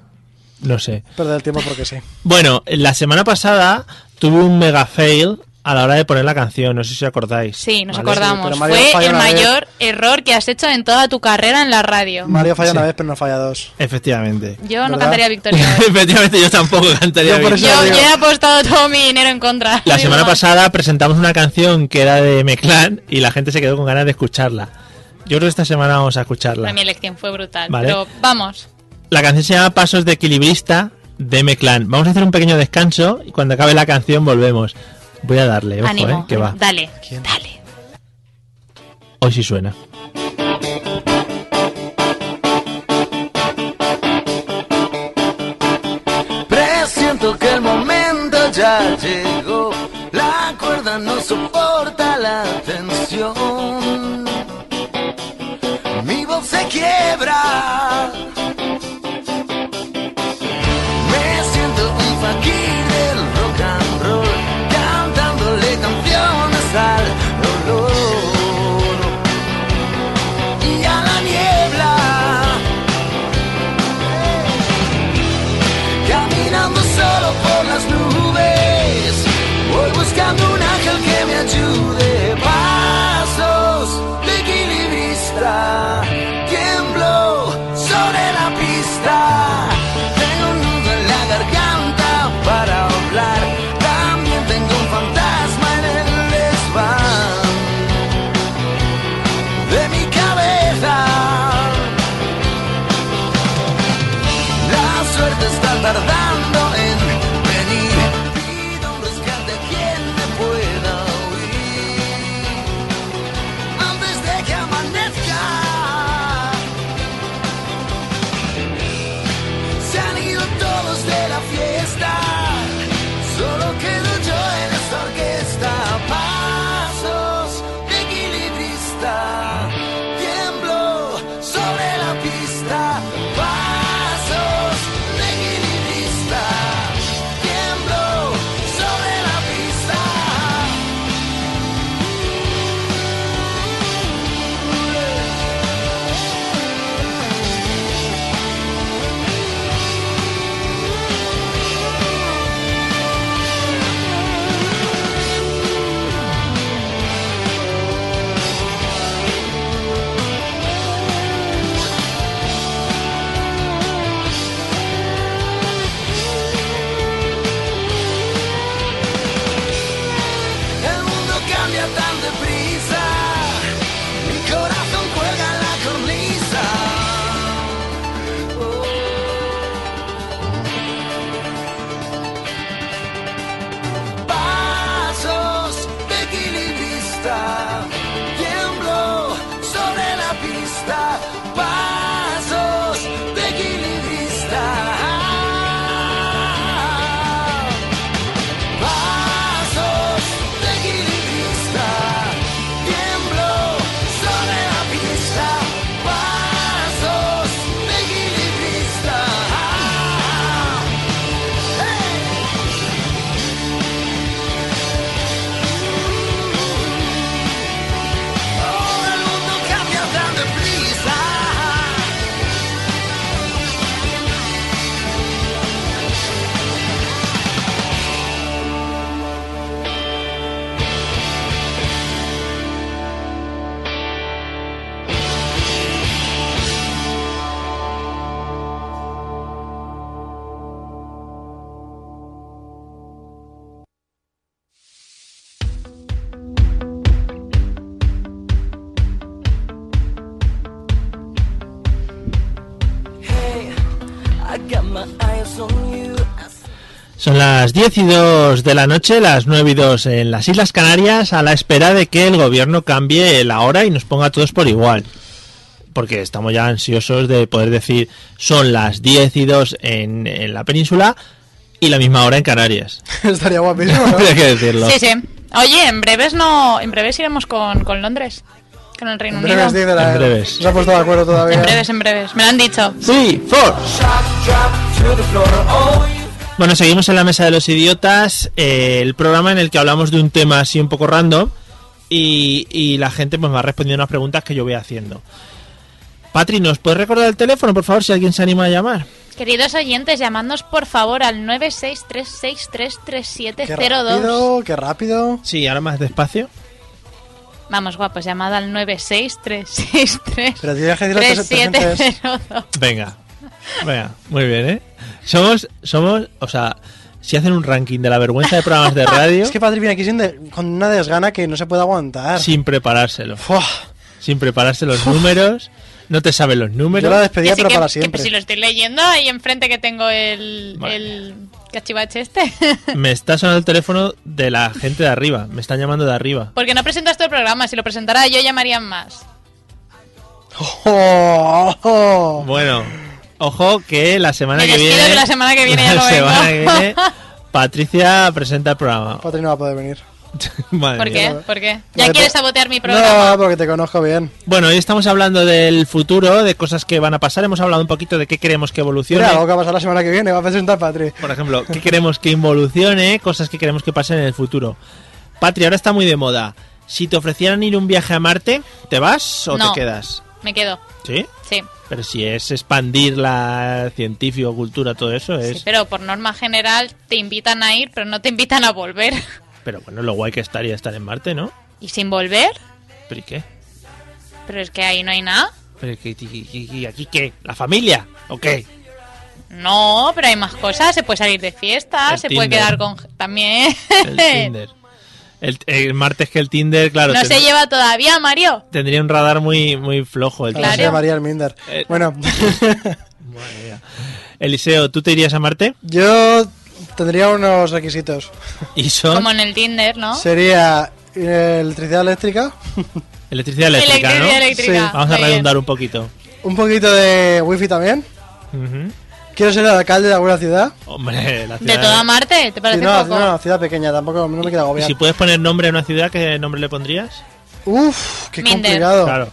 A: no sé.
C: Perder el tiempo porque sí.
A: Bueno, la semana pasada tuve un mega fail a la hora de poner la canción, no sé si acordáis.
B: Sí, nos
A: ¿Vale?
B: acordamos.
C: pero Mario
B: Fue
C: falla
B: el
C: una vez.
B: mayor error que has hecho en toda tu carrera en la radio.
C: Mario falla una
A: Sí.
C: vez, pero no falla dos.
A: Efectivamente.
B: Yo no
C: ¿Verdad?
B: cantaría Victoria. hoy.
A: Efectivamente, yo tampoco cantaría.
C: Yo por
A: bien.
C: eso-
B: Yo,
C: digo.
B: yo he apostado todo mi dinero en contra.
A: La
B: Mi
A: semana
B: mamá.
A: pasada presentamos una canción que era de Meclan y la gente se quedó con ganas de escucharla. Yo creo que esta semana vamos a escucharla.
B: Mi elección fue brutal.
A: Vale.
B: Pero vamos.
A: La canción se llama Pasos de Equilibrista de Meclan. Vamos a hacer un pequeño descanso y cuando acabe la canción volvemos. Voy a darle, ojo,
B: ánimo.
A: eh, que va.
B: Dale. Dale.
A: Hoy sí suena.
E: Presiento que el momento ya llegó. La cuerda no soporta la tensión. Mi voz se quiebra. Me siento un fakir del rock and roll, cantándole canciones al dolor y a la niebla. caminando solo por las nubes. Voy buscando un ángel que me ayude. Pasos de equilibrista, tiemblo. Oh.
A: Son las 10 y 2 de la noche, las 9 y 2 en las Islas Canarias, a la espera de que el gobierno cambie la hora y nos ponga a todos por igual. Porque estamos ya ansiosos de poder decir son las 10 y 2 en, en la península y la misma hora en Canarias.
C: Estaría guapísimo, ¿no?
A: Habría que decirlo.
B: Sí, sí. Oye, en breves no, en breves iremos con, con Londres, con el Reino
C: En breves,
B: Unido.
C: dice la-
A: En breves.
C: No se ha puesto de acuerdo todavía.
B: En breves, en breves. Me lo han dicho.
A: Sí, for. Bueno, seguimos en la mesa de los idiotas, eh, el programa en el que hablamos de un tema así un poco random y, y la gente pues me va respondiendo unas preguntas que yo voy haciendo. Patri, ¿nos puedes recordar el teléfono, por favor, si alguien se anima a llamar?
B: Queridos oyentes, llamadnos por favor al 963633702.
C: rápido, qué rápido.
A: Sí, ahora más despacio.
B: Vamos, guapos, llamada al 963633702.
C: Pero tienes que decir los tres- presentes.
A: Venga, venga, muy bien, ¿eh? Somos, somos, o sea, si hacen un ranking de la vergüenza de programas de radio
C: Es que Patrick viene aquí sin de- con una desgana que no se puede aguantar.
A: sin preparárselo,
C: Fua.
A: sin prepararse los números, no te saben los
C: Yo
A: números.
C: la
B: Que
C: despedía,
B: sí,
C: pero
B: que-
C: para
B: que
C: siempre.
B: si lo estoy leyendo, ahí enfrente que tengo el,
A: Madre
B: el cachivache este.
A: Me está sonando el teléfono de la gente de arriba. Me están llamando de arriba.
B: Porque no presentas tu programa, si lo presentara yo llamarían más.
C: Oh, oh.
A: Bueno, ojo que la semana
B: Me
A: que
B: despido,
A: viene.
B: que la semana que viene ya
A: la
B: no vengo.
A: semana que viene, Patricia presenta el programa.
C: Patrick no va a poder venir.
A: Madre
B: ¿Por
A: mía.
B: qué?
C: mía.
B: ¿Por qué? ¿Ya
C: Vale,
B: quieres
C: pero-
B: sabotear mi programa?
C: No, porque te conozco bien.
A: Bueno, hoy estamos hablando del futuro, de cosas que van a pasar. Hemos hablado un poquito de qué queremos que evolucione.
C: Mira, algo que va a pasar la semana que viene, va a presentar Patrick.
A: Por ejemplo, qué queremos que involucione, cosas que queremos que pasen en el futuro. Patria, ahora está muy de moda. Si te ofrecieran ir un viaje a Marte, ¿te vas o
B: No.
A: te quedas?
B: Me quedo,
A: ¿Sí?
B: sí.
A: Pero si es expandir la científico, cultura, todo eso
B: Sí,
A: es...
B: Pero por norma general te invitan a ir, pero no te invitan a volver.
A: Pero bueno, lo guay que estaría estar en Marte, ¿no?
B: ¿Y sin volver?
A: ¿Pero y qué?
B: Pero es que ahí no hay nada.
A: ¿Pero y qué, y- y- y- y aquí qué? ¿La familia? ¿O qué?
B: No, pero hay más cosas. Se puede salir de fiesta,
A: El
B: se puede
A: Tinder.
B: quedar con... También.
A: El Tinder. El, el martes que el Tinder, claro,
B: no
A: ten-
B: se lleva todavía, Mario.
A: tendría un radar muy, muy flojo. El
C: Ahora
B: Claro.
C: se llamaría el Minder.
A: Eh.
C: Bueno,
A: Tinder. Madre mía. Eliseo, ¿tú te irías a Marte?
C: yo tendría unos requisitos.
A: Y son
B: Como en el Tinder, ¿no?
C: Sería eh, electricidad eléctrica,
A: electricidad eléctrica,
B: Electricidad
A: ¿no?
B: eléctrica.
C: Sí.
A: Vamos a
B: Muy bien.
A: redundar un poquito.
C: un poquito de wifi también.
A: Ujú.
C: Quiero ser el alcalde de alguna ciudad.
A: Hombre, la
B: De
A: ciudad...
B: toda Marte, ¿te parece
C: Sí, no,
B: poco?
C: no, ciudad pequeña, tampoco no me queda
A: Y si
C: agobiado.
A: puedes poner nombre a una ciudad, ¿qué nombre le pondrías?
C: Uf, qué
B: Minder.
C: complicado.
A: Claro.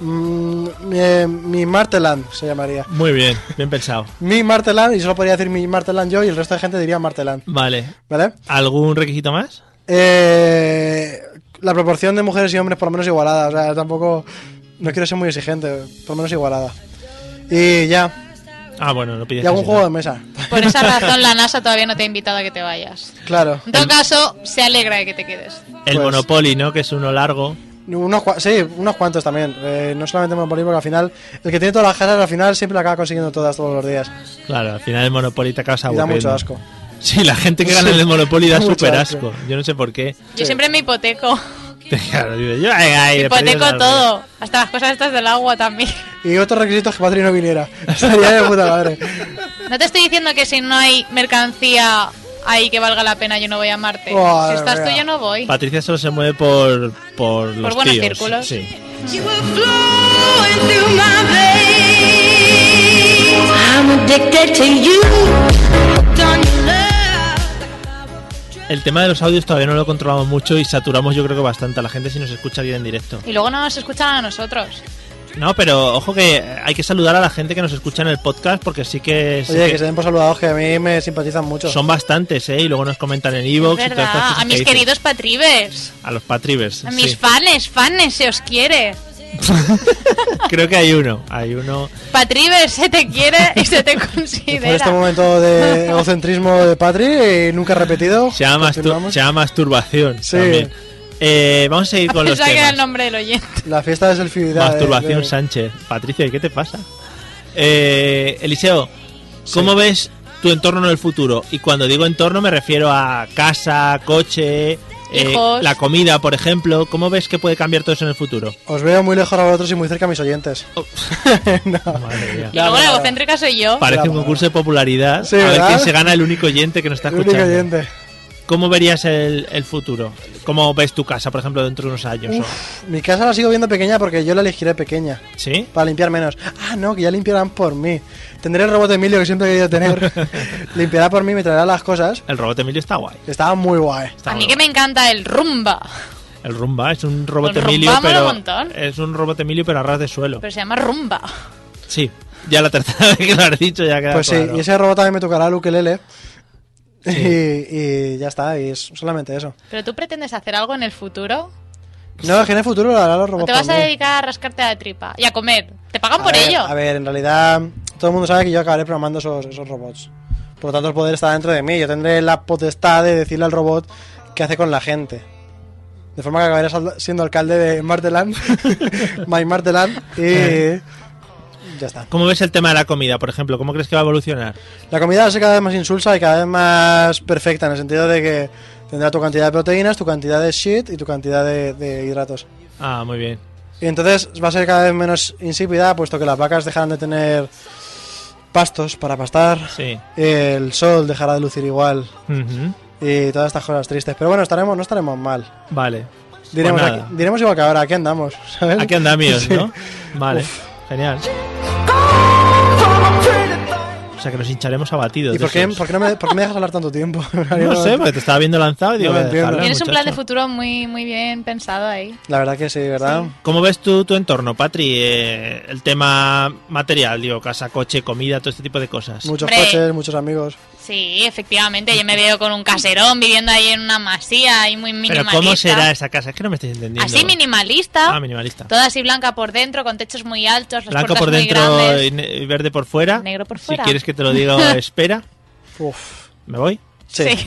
C: Mm, mi, eh, mi Marteland se llamaría.
A: Muy bien, bien pensado.
C: Mi Marteland, y solo podría decir mi Marteland yo, y el resto de gente diría Marteland.
A: Vale.
C: ¿Vale?
A: ¿Algún requisito más?
C: Eh, la proporción de mujeres y hombres por lo menos igualada. O sea, tampoco. No quiero ser muy exigente, por lo menos igualada. Y ya.
A: Ah, bueno, no pides
C: Y algún
A: casi
C: juego
A: nada.
C: de mesa.
B: Por esa razón la NASA todavía no te ha invitado a que te vayas.
C: Claro.
B: En todo caso, se alegra de que te quedes.
A: El
C: Pues-
A: Monopoly, ¿no? Que es uno largo.
C: Unos cua- sí, unos cuantos también. Eh, no solamente Monopoly, porque al final. El que tiene todas las casas, al final siempre la acaba consiguiendo todas todos los días.
A: Claro, al final el Monopoly te acabas
C: Y da
A: aburriendo.
C: mucho asco.
A: Sí, la gente que gana en el Monopoly da
C: Da mucho
A: súper
C: asco.
A: asco. Yo no sé por qué.
B: Yo siempre me hipoteco.
A: Claro, digo, yo, ay, ay, de perdidos
B: Hipoteco
A: al
B: todo. Hasta las cosas estas del agua también.
C: Y otro requisito es que Patri no viniera. Estaría de puta madre.
B: No te estoy diciendo que si no hay mercancía ahí que valga la pena yo no voy a Marte.
C: Madre
B: si estás tú
C: mía.
B: yo no
A: revés.
B: voy.
A: Patricia solo se mueve por, por, los
B: buenos
A: tíos.
B: círculos.
A: Sí. El tema de los audios todavía no lo controlamos mucho y saturamos yo creo que bastante a la gente si nos escucha bien en directo.
B: Y luego no nos escuchan a nosotros.
A: No, pero ojo que hay que saludar a la gente que nos escucha en el podcast porque sí que, sí
C: Oye, que
A: que
C: se den por saludados, que a mí me simpatizan mucho.
A: son bastantes, ¿eh? Y luego nos comentan en Evox y todas estas
B: ¿Verdad?
A: cosas
B: A
A: que
B: mis
A: dicen.
B: queridos patrivers.
A: A los patrivers.
B: A mis
A: sí.
B: fanes, fanes, se os quiere.
A: Creo que hay uno. Hay uno.
B: Patrivers, se te quiere y se te
C: Por este
B: considera.
C: momento de egocentrismo de Patri, y nunca repetido.
A: Se llama, mastur-
C: continuamos.
A: se llama masturbación.
C: Sí.
A: También. Eh, vamos a seguir con los
B: Pensaba que era
A: temas.
B: el nombre del oyente.
C: La fiesta de
B: ¿eh?
C: eh, selfidad.
A: Masturbación
C: de-
A: Sánchez. Patricia, ¿y ¿qué te pasa? Eh, Eliseo, ¿cómo ves tu entorno en el futuro? Y cuando digo entorno me refiero a casa, coche, eh,
B: Hijos.
A: la comida, por ejemplo. ¿Cómo ves que puede cambiar todo eso en el futuro?
C: eh, Os veo muy lejos a vosotros y muy cerca a mis oyentes. no.
A: Madre mía.
B: Y luego la
C: no, no.
B: egocéntrica soy yo.
A: Parece un concurso de popularidad.
C: Sí,
A: a ver
C: ¿verdad?
A: quién se gana el único oyente que nos está
C: El único
A: escuchando.
C: oyente.
A: ¿Cómo verías el, el futuro? ¿Cómo ves tu casa, por ejemplo, dentro de unos años? o-
C: Mi casa la sigo viendo pequeña porque yo la elegiré pequeña.
A: ¿Sí?
C: Para limpiar menos. Ah, no, que ya limpiarán por mí. Tendré el robot Emilio que siempre he querido tener. Limpiará por mí, me traerá las cosas.
A: El robot Emilio está guay.
C: Estaba muy guay.
A: Está
B: A mí
A: muy
B: que me encanta el rumba.
A: guay. El Rumba es un robot
B: Pues
A: Emilio,
B: rumbámoslo
A: pero
B: un montón.
A: es un robot Emilio pero a ras de suelo.
B: Pero se llama rumba.
A: Sí. Ya la tercera vez que lo has dicho ya queda
C: Pues sí,
A: claro.
C: y ese robot también me tocará el ukelele. Y, y ya está, y es solamente eso.
B: ¿Pero tú pretendes hacer algo en el futuro?
C: No, es que en el futuro lo harán los
B: ¿O
C: robots.
B: te vas
C: por
B: a
C: mí.
B: dedicar a rascarte la tripa y a comer? ¿Te pagan
C: A
B: por
C: ver,
B: ello?
C: A ver, en realidad todo el mundo sabe que yo acabaré programando esos, esos robots. Por lo tanto, el poder está dentro de mí. Yo tendré la potestad de decirle al robot qué hace con la gente. De forma que acabaré sal- siendo alcalde de Marteland, My Marteland, y ya está.
A: ¿Cómo ves el tema de la comida, por ejemplo? ¿Cómo crees que va a evolucionar?
C: La comida va a ser cada vez más insulsa y cada vez más perfecta, en el sentido de que tendrá tu cantidad de proteínas, tu cantidad de shit y tu cantidad de- de hidratos.
A: Ah, muy bien.
C: Y entonces va a ser cada vez menos insípida, puesto que las vacas dejarán de tener pastos para pastar,
A: Sí.
C: el sol dejará de lucir igual
A: Ujú.
C: y todas estas cosas tristes. Pero bueno, estaremos, no estaremos mal.
A: Vale.
C: Diremos,
A: Pues nada.
C: aquí- diremos igual que ahora, aquí andamos. ¿sabes?
A: Aquí andamios,
C: Sí.
A: ¿no? Vale. Genial. O sea que nos hincharemos abatidos.
C: ¿Y
A: de
C: por qué,
A: esos.
C: por qué no me, por qué me dejas hablar tanto tiempo?
A: No sé, porque te estaba viendo lanzado y digo,
C: No lo
A: voy a dejarlo,
C: entiendo.
B: Tienes un plan de
A: muchacho.
B: futuro muy, muy bien pensado ahí.
C: La verdad que sí, ¿verdad?
A: ¿Cómo ves tú tu entorno, Patri? Eh, el tema material, digo, casa, coche, comida, todo este tipo de cosas.
C: Muchos
B: Hombre.
C: coches, muchos amigos.
B: Sí, efectivamente. Yo me veo con un caserón viviendo ahí en una masía y muy
A: Pero
B: minimalista.
A: ¿cómo será esa casa? Es que no me estáis entendiendo.
B: Así minimalista.
A: Ah, minimalista.
B: Toda así blanca por dentro, con techos muy altos, las
A: Blanco
B: puertas
A: por
B: muy
A: dentro y
B: grandes.
A: ne- y verde por fuera.
B: Negro por
A: Si
B: fuera.
A: quieres que te lo diga, espera.
C: Uf.
A: ¿Me voy?
C: Sí.
B: Sí.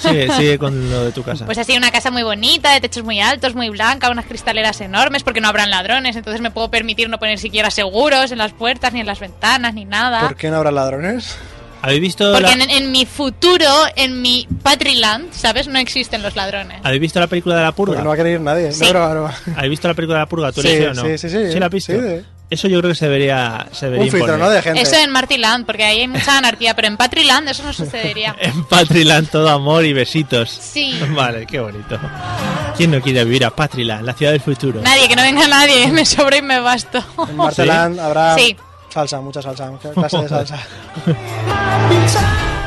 A: Sigue, sigue con lo de tu casa.
B: Pues así una casa muy bonita, de techos muy altos, muy blanca, unas cristaleras enormes porque no habrán ladrones, entonces me puedo permitir no poner siquiera seguros en las puertas, ni en las ventanas, ni nada.
C: ¿Por qué no habrá ladrones?
A: ¿Habéis visto
B: Porque
A: la...
B: en, en mi futuro, en mi Patriland, ¿sabes? No existen los ladrones.
A: ¿Habéis visto la película de la purga?
C: Porque Pues no va a querer ir nadie.
B: Sí.
C: No, broma, broma.
A: ¿Habéis visto la película de la purga? ¿Tú
C: Sí,
A: la has visto o no?
C: sí, sí, sí.
A: la has visto?
C: Sí, de-
A: Eso yo creo que se debería, se debería
C: Un filtro,
A: imponer.
C: ¿no? De gente.
B: Eso en Martiland, porque ahí hay mucha anarquía, pero en Patriland eso no sucedería.
A: En Patriland todo amor y besitos.
B: Sí.
A: Vale, qué bonito. ¿Quién no quiere vivir a Patriland, la ciudad del futuro?
B: Nadie, que no venga nadie, me sobra y me basto.
C: En Marteland habrá
B: Sí.
C: salsa, mucha salsa, clase de salsa.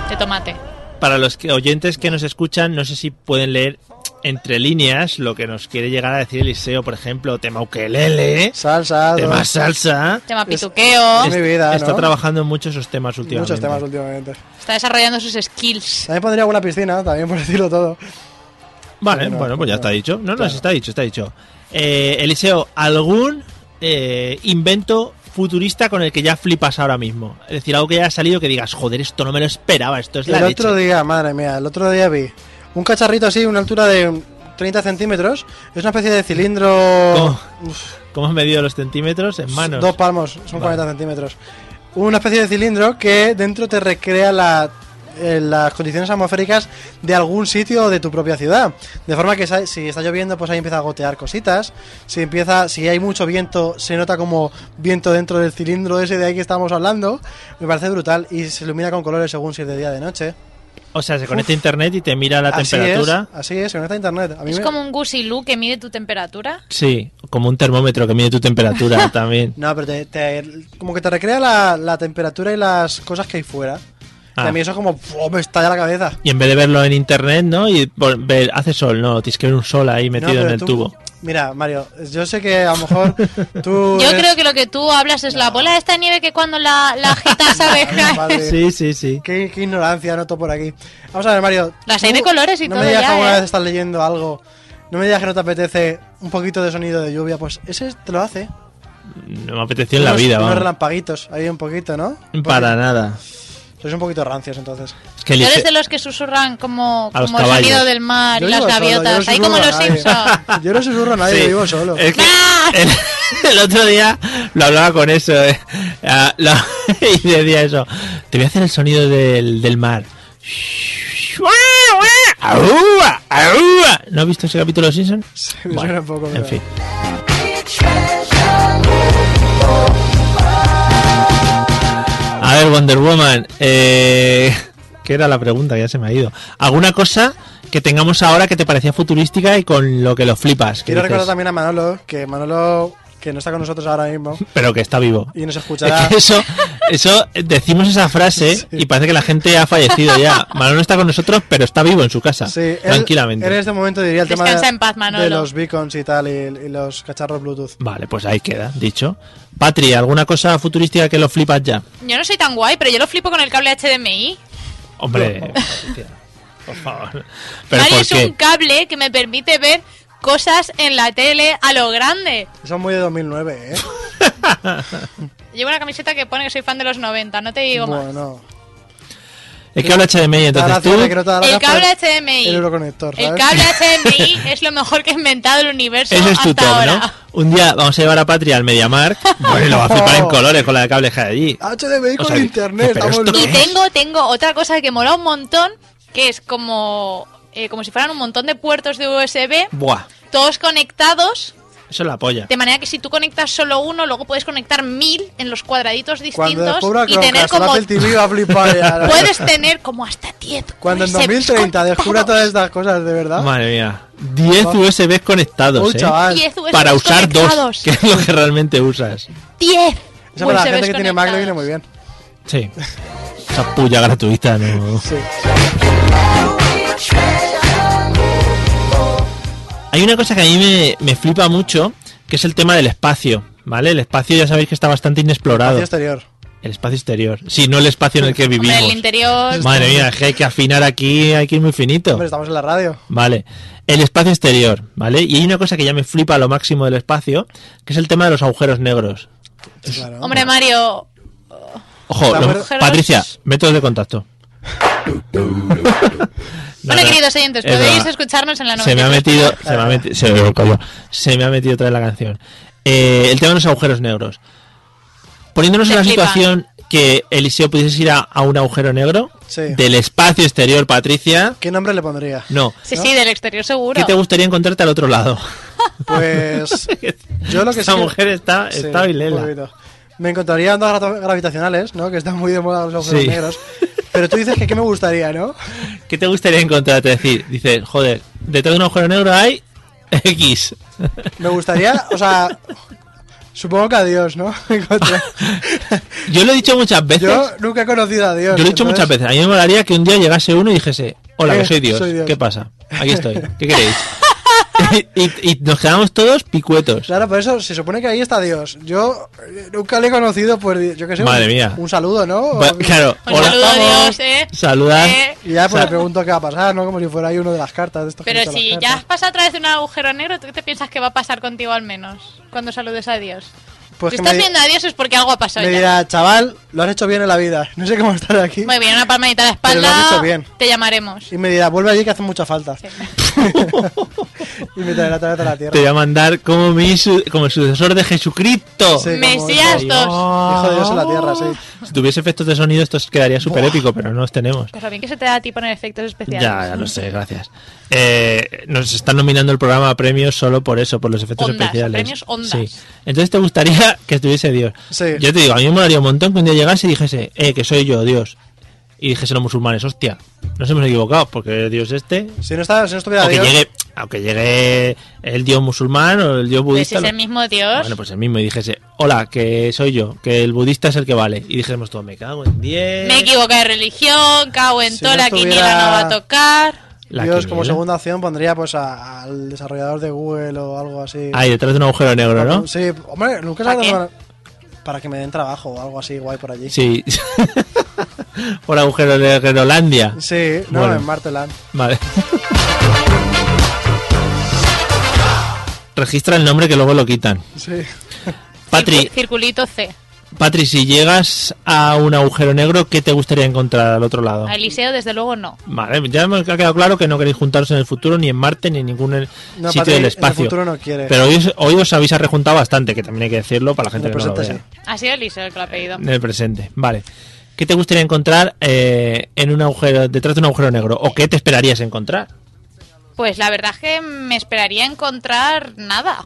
B: De tomate.
A: Para los que- oyentes que nos escuchan, no sé si pueden leer entre líneas lo que nos quiere llegar a decir Eliseo, por ejemplo, tema ukelele,
C: Salsa,
A: tema
C: dos-
A: salsa.
B: Tema pituqueo.
C: Es mi vida,
A: Está
C: ¿no?
A: trabajando en muchos esos temas últimamente.
C: muchos temas últimamente.
B: Está desarrollando sus skills.
C: También pondría alguna piscina, también por decirlo todo.
A: Vale,
C: Bueno,
A: bueno, pues ya
C: claro,
A: está dicho. No, no,
C: claro.
A: sí está dicho, está dicho. Eh, Eliseo, ¿algún eh, invento futurista con el que ya flipas ahora mismo? Es decir, algo que ya ha salido que digas, joder, esto no me lo esperaba, esto es la
C: el otro
A: leche.
C: día, madre mía, el otro día vi un cacharrito así, una altura de 30 centímetros. Es una especie de cilindro.
A: ¿Cómo?
C: Uf,
A: ¿Cómo has medido los centímetros en manos?
C: Dos palmos, son
A: Vale.
C: 40 centímetros. Una especie de cilindro que dentro te recrea la- eh, las condiciones atmosféricas de algún sitio o de tu propia ciudad. De forma que sa- si está lloviendo, pues ahí empieza a gotear cositas. Si empieza, si hay mucho viento, se nota como viento dentro del cilindro ese de ahí que estamos hablando. Me parece brutal y se ilumina con colores según si es de día o de noche.
A: O sea, se conecta a internet y te mira la
C: así
A: temperatura.
C: Es, así es, se conecta a internet. A mí
B: Es
C: me-
B: como un Gucci Lu que mide tu temperatura.
A: Sí, como un termómetro que mide tu temperatura también.
C: No, pero te, te- como que te recrea la, la temperatura y las cosas que hay fuera. Y
A: Ah.
C: a mí eso es como ¡buah! me estalla la cabeza.
A: Y en vez de verlo en internet, ¿no? Y por- ver, hace sol, no, tienes que ver un sol ahí
C: No,
A: metido
C: pero
A: en el
C: tú-
A: tubo.
C: Mira, Mario, yo sé que a lo mejor tú.
A: Pues-
B: Yo creo que lo que tú hablas es la bola de esta nieve que cuando la, la agitas a dejar.
C: Madre,
A: Sí, sí, sí.
C: Qué, qué ignorancia noto por aquí. Vamos a ver, Mario.
B: Las
C: tú
B: hay de colores y
C: no
B: todo
C: me digas
B: ya,
C: que alguna
B: ¿eh?
C: vez estás leyendo algo. No me digas que no te apetece un poquito de sonido de lluvia. Pues ese te lo hace.
A: No me apeteció en la
C: Unos-
A: vida,
C: Unos
A: vamos.
C: relampaguitos ahí un poquito, ¿no? Un
A: Para
C: poquito.
A: nada.
C: Sois un poquito rancios entonces.
A: Es que
B: Tú
A: Eliseo-
B: eres de los que susurran como,
A: A los
B: como el
A: caballos.
B: sonido del mar
C: Yo
B: y las
C: vivo solo, yo no
B: gaviotas. Ahí como
C: susurro a
B: los
C: nadie.
B: Simpsons.
C: Yo no susurro a nadie,
A: Sí.
C: yo vivo solo. ¡Ah!
A: Es que el, el otro día lo hablaba con eso. eh. Ah, lo- y decía eso. Te voy a hacer el sonido del, del mar. Shhh. ¡Aúa! ¡Aúa! ¿No has visto ese capítulo de Simpson? Sí,
C: me suena un poco,
A: En
C: pero-
A: fin. A ver, Wonder Woman. Eh, ¿Qué era la pregunta? Ya se me ha ido. ¿Alguna cosa que tengamos ahora que te parecía futurística y con lo que lo flipas? que
C: Quiero
A: dices,
C: recordar también a Manolo, que Manolo, que no está con nosotros ahora mismo,
A: Pero que está vivo.
C: y nos
A: Es
C: escuchará.
A: que eso, eso, decimos esa frase y parece que la gente ha fallecido ya. Manolo está con nosotros, pero está vivo en su casa.
C: Sí, él-
A: tranquilamente.
C: Él, en este momento diría el tema
B: Descansa
C: de,
B: en paz, Manolo.
C: de los beacons y tal, y, y los cacharros Bluetooth.
A: Vale, pues ahí queda, dicho. Patri, ¿alguna cosa futurística que lo flipas ya?
B: Yo no soy tan guay, pero yo lo flipo con el cable HDMI.
A: Hombre, Patricia, por favor. ¿Pero
B: Mario
A: por
B: es un
A: qué?
B: cable que me permite ver cosas en la tele a lo grande.
C: Eso es muy de 2009, ¿eh?
B: Llevo una camiseta que pone que soy fan de los 90, no te digo más.
C: bueno.
A: Es que habla HDMI,
C: Da
A: entonces
C: gracias de que no
A: tú...
C: te da la
B: El
C: gafas,
B: cable HDMI.
C: El euroconector, ¿sabes?
B: El cable HDMI es lo mejor que ha inventado el universo
A: Eso es
B: hasta
A: tu top,
B: ahora.
A: ¿no? Un día vamos a llevar a Patria al Mediamar. Bueno, y lo va a flipar
C: Oh.
A: en colores con la de cable de allí.
C: HDMI con
A: O sea,
C: internet,
A: pero
C: estamos
A: esto
C: locos.
B: Y
A: ¿Qué es?
B: tengo, tengo otra cosa que mola un montón, que es como, eh, como si fueran un montón de puertos de USB,
A: Buah,
B: todos conectados,
A: eso es la polla.
B: de manera que si tú conectas solo uno, luego puedes conectar mil en los cuadraditos
C: Cuando
B: distintos
C: descubra
B: y tener
C: Chromecast, el
B: como...
C: Apple TV va a flipar ya.
B: Puedes tener como hasta 10.
C: Cuando en
B: USB
C: 2030 descubra
B: conectados.
C: todas estas cosas, de verdad.
A: Madre mía. 10
C: Va.
A: USBs conectados,
C: Ah. Uy,
A: ¿eh?
C: chaval.
B: 10 USB
A: Para usar
B: Pues conectados.
A: dos, que es lo que realmente usas.
B: 10.
C: Eso para la gente
B: USBs
C: que tiene Mac le viene
B: conectados.
C: muy bien.
A: Sí. Esa puya gratuita, no.
C: Sí.
A: Hay una cosa que a mí me, me flipa mucho, que es el tema del espacio, ¿vale? El espacio ya sabéis que está bastante inexplorado.
C: Espacio exterior.
A: El espacio exterior. Sí, no el espacio en el que
B: Hombre,
A: vivimos.
B: el interior.
A: Madre mía, es que hay que afinar aquí, hay que ir muy finito.
C: Hombre, estamos en la radio.
A: Vale. El espacio exterior, ¿vale? Y hay una cosa que ya me flipa a lo máximo del espacio, que es el tema de los agujeros negros.
C: Claro.
B: Hombre, Mario.
A: Ojo,
C: Los
A: los-
B: agujeros-
A: Patricia, métodos de contacto.
B: Hola,
A: no.
B: queridos oyentes,
A: Es
B: podéis
A: verdad.
B: escucharnos en la noche.
A: se me ha metido se me ha metido se, me- coño, se me ha metido otra vez la canción Eh, el tema de los agujeros negros poniéndonos
B: Te
A: en la
B: flipa.
A: situación que Eliseo pudiese ir a, a un agujero negro
C: Sí.
A: del espacio exterior Patricia
C: ¿Qué nombre le pondría?
A: no
B: Sí, sí, del exterior seguro.
A: ¿qué te gustaría encontrarte al otro lado?
C: Pues. Yo lo que
A: esa
C: sí que-
A: mujer está
C: Sí,
A: está
C: un
A: vilela
C: poquito. Me encontraría ondas gra- gravitacionales, ¿no? Que están muy de moda los agujeros
A: Sí.
C: negros. Pero tú dices que qué me gustaría, ¿no?
A: ¿qué te gustaría encontrarte? decir dices joder detrás de un agujero negro hay X
C: Me gustaría, o sea. Supongo que a Dios, ¿no? Me encontré-
A: yo lo he dicho muchas veces
C: Yo nunca he conocido a Dios.
A: Yo lo he dicho muchas
C: entonces-
A: veces. A mí me molaría que un día llegase uno y dijese: Hola, que
C: Eh,
A: soy Dios.
C: soy Dios.
A: ¿Qué pasa? Aquí estoy. ¿Qué queréis? y, y nos quedamos todos picuetos.
C: Claro, por eso se supone que ahí está Dios. Yo eh, nunca le he conocido, pues yo qué sé.
A: Madre
C: un,
A: mía.
C: Un saludo, ¿no? O-
A: Bueno, claro,
B: Un
A: hola.
B: saludo a
C: vamos.
B: Pues Dios, ¿eh?
A: Saludas.
B: Eh,
C: Y ya pues
A: O sea-
C: le pregunto qué va a pasar, ¿no? Como si fuera ahí uno de las cartas. De estos que
B: Pero
C: quitan
B: si
C: las
B: ya
C: cartas.
B: has pasado a través de un agujero negro, ¿tú qué te piensas que va a pasar contigo al menos? Cuando saludes a Dios.
C: Pues
B: si
C: que
B: estás
C: me, di-
B: viendo a Dios es porque algo ha pasado
C: me
B: ya.
C: dirá, chaval, lo has hecho bien en la vida. No sé cómo estar aquí.
B: Muy bien, una palmadita a la
C: Pero lo
B: espalda.
C: has hecho bien.
B: Te llamaremos.
C: Y me dirá, vuelve allí que hace mucha falta.
B: Sí.
C: y me traerá otra vez a la tierra.
A: Te voy a mandar como, mi su- como el sucesor de Jesucristo.
C: Sí, como
B: Mesías
C: eso.
B: dos.
C: Hijo de Dios en la tierra, sí.
B: Ah.
A: Si tuviese efectos de sonido, esto quedaría súper épico, pero no los tenemos.
B: Pues lo bien que se te da a ti poner efectos especiales.
A: Ya, ya lo sé, gracias. Eh, nos están nominando el programa a premios solo por eso, por los efectos
B: Ondas, a
A: especiales.
B: premios ondas.
A: Sí. Entonces te gustaría que estuviese Dios.
C: Sí.
A: Yo te digo, a mí me molaría un montón que un día llegase y dijese, eh, que soy yo, Dios. Y dijese los musulmanes, hostia, nos hemos equivocado, porque Dios este.
C: Si no, está, si no estuviera
A: O que
C: Dios.
A: llegue, aunque llegue el Dios musulmán o el Dios
B: Pues
A: budista.
B: si es
A: lo-
B: el mismo Dios.
A: Bueno, pues el mismo, y dijese, hola, que soy yo, que el budista es el que vale. Y dijésemos todo, me cago en 10.
B: Me he equivocado de religión, cago en
C: Si
B: toda
C: no
B: la
C: estuviera-
B: quiniela no va a tocar.
A: La
C: Dios como
A: quiniela.
C: segunda opción pondría pues a- al desarrollador de Google o algo así.
A: Ahí, detrás de un agujero negro, ¿no?
C: Sí, hombre, nunca
B: ¿Para
C: sabes
B: qué?
C: dónde van a- Para que me den trabajo o algo así guay por allí.
A: Sí. Por agujero de Groenlandia.
C: Sí, no,
A: Bueno.
C: en Marteland.
A: Vale. Registra el nombre que luego lo quitan.
C: Sí.
A: Patri,
B: Circu- Circulito C.
A: Patri, si llegas a un agujero negro, ¿qué te gustaría encontrar al otro lado?
B: A Eliseo, desde luego, no.
A: Vale, ya me ha quedado claro que no queréis juntaros en el futuro, ni en Marte, ni en ningún eh,
C: No,
A: sitio
C: Patri, en
A: del
C: el
A: espacio.
C: futuro no quiere.
A: Pero hoy os, hoy os habéis rejuntado bastante, que también hay que decirlo para la gente
C: En el
A: que no lo
C: presente
A: vea.
B: Ha sido Eliseo el que lo ha pedido.
A: En el presente, vale. ¿Qué te gustaría encontrar eh, en un agujero, detrás de un agujero negro? ¿O qué te esperarías encontrar?
B: Pues la verdad es que me esperaría encontrar nada.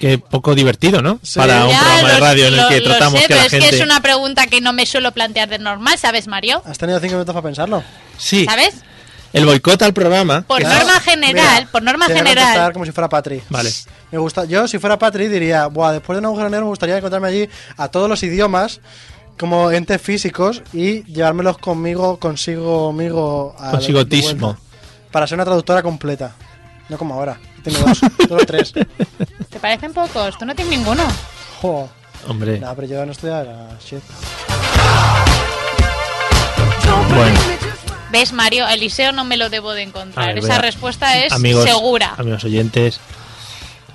A: Qué poco divertido, ¿no?
C: Sí.
A: Para un
B: Ya,
A: programa de
B: lo-
A: radio en el
B: lo-
A: que
B: lo
A: tratamos
B: sé,
A: que
B: pero
A: la
B: es
A: gente.
B: que es una pregunta que no me suelo plantear de normal, ¿sabes, Mario?
C: ¿Has tenido cinco minutos para pensarlo?
A: Sí,
B: ¿Sabes?
A: el boicot al programa.
B: Por
A: que-
C: Claro.
B: norma general,
C: Mira,
B: por norma
C: tiene que contestar
B: general.
C: como si fuera Patri.
A: Vale.
C: Me gusta, yo si fuera Patri diría, Buah, después de un agujero negro me gustaría encontrarme allí a todos los idiomas como entes físicos y llevármelos conmigo, consigo, amigo. a-
A: Consigo
C: de
A: tismo.
C: vuelta. Para ser una traductora completa. No como ahora. Tengo dos, dos tres.
B: ¿Te parecen pocos? Tú no tienes ninguno.
C: Jo.
A: Hombre,
C: Nah, pero yo no estoy a la shit.
A: bueno,
B: ¿Ves, Mario? A Eliseo no me lo debo de encontrar.
A: A ver,
B: Esa
A: vea.
B: respuesta es
A: amigos,
B: segura.
A: amigos oyentes.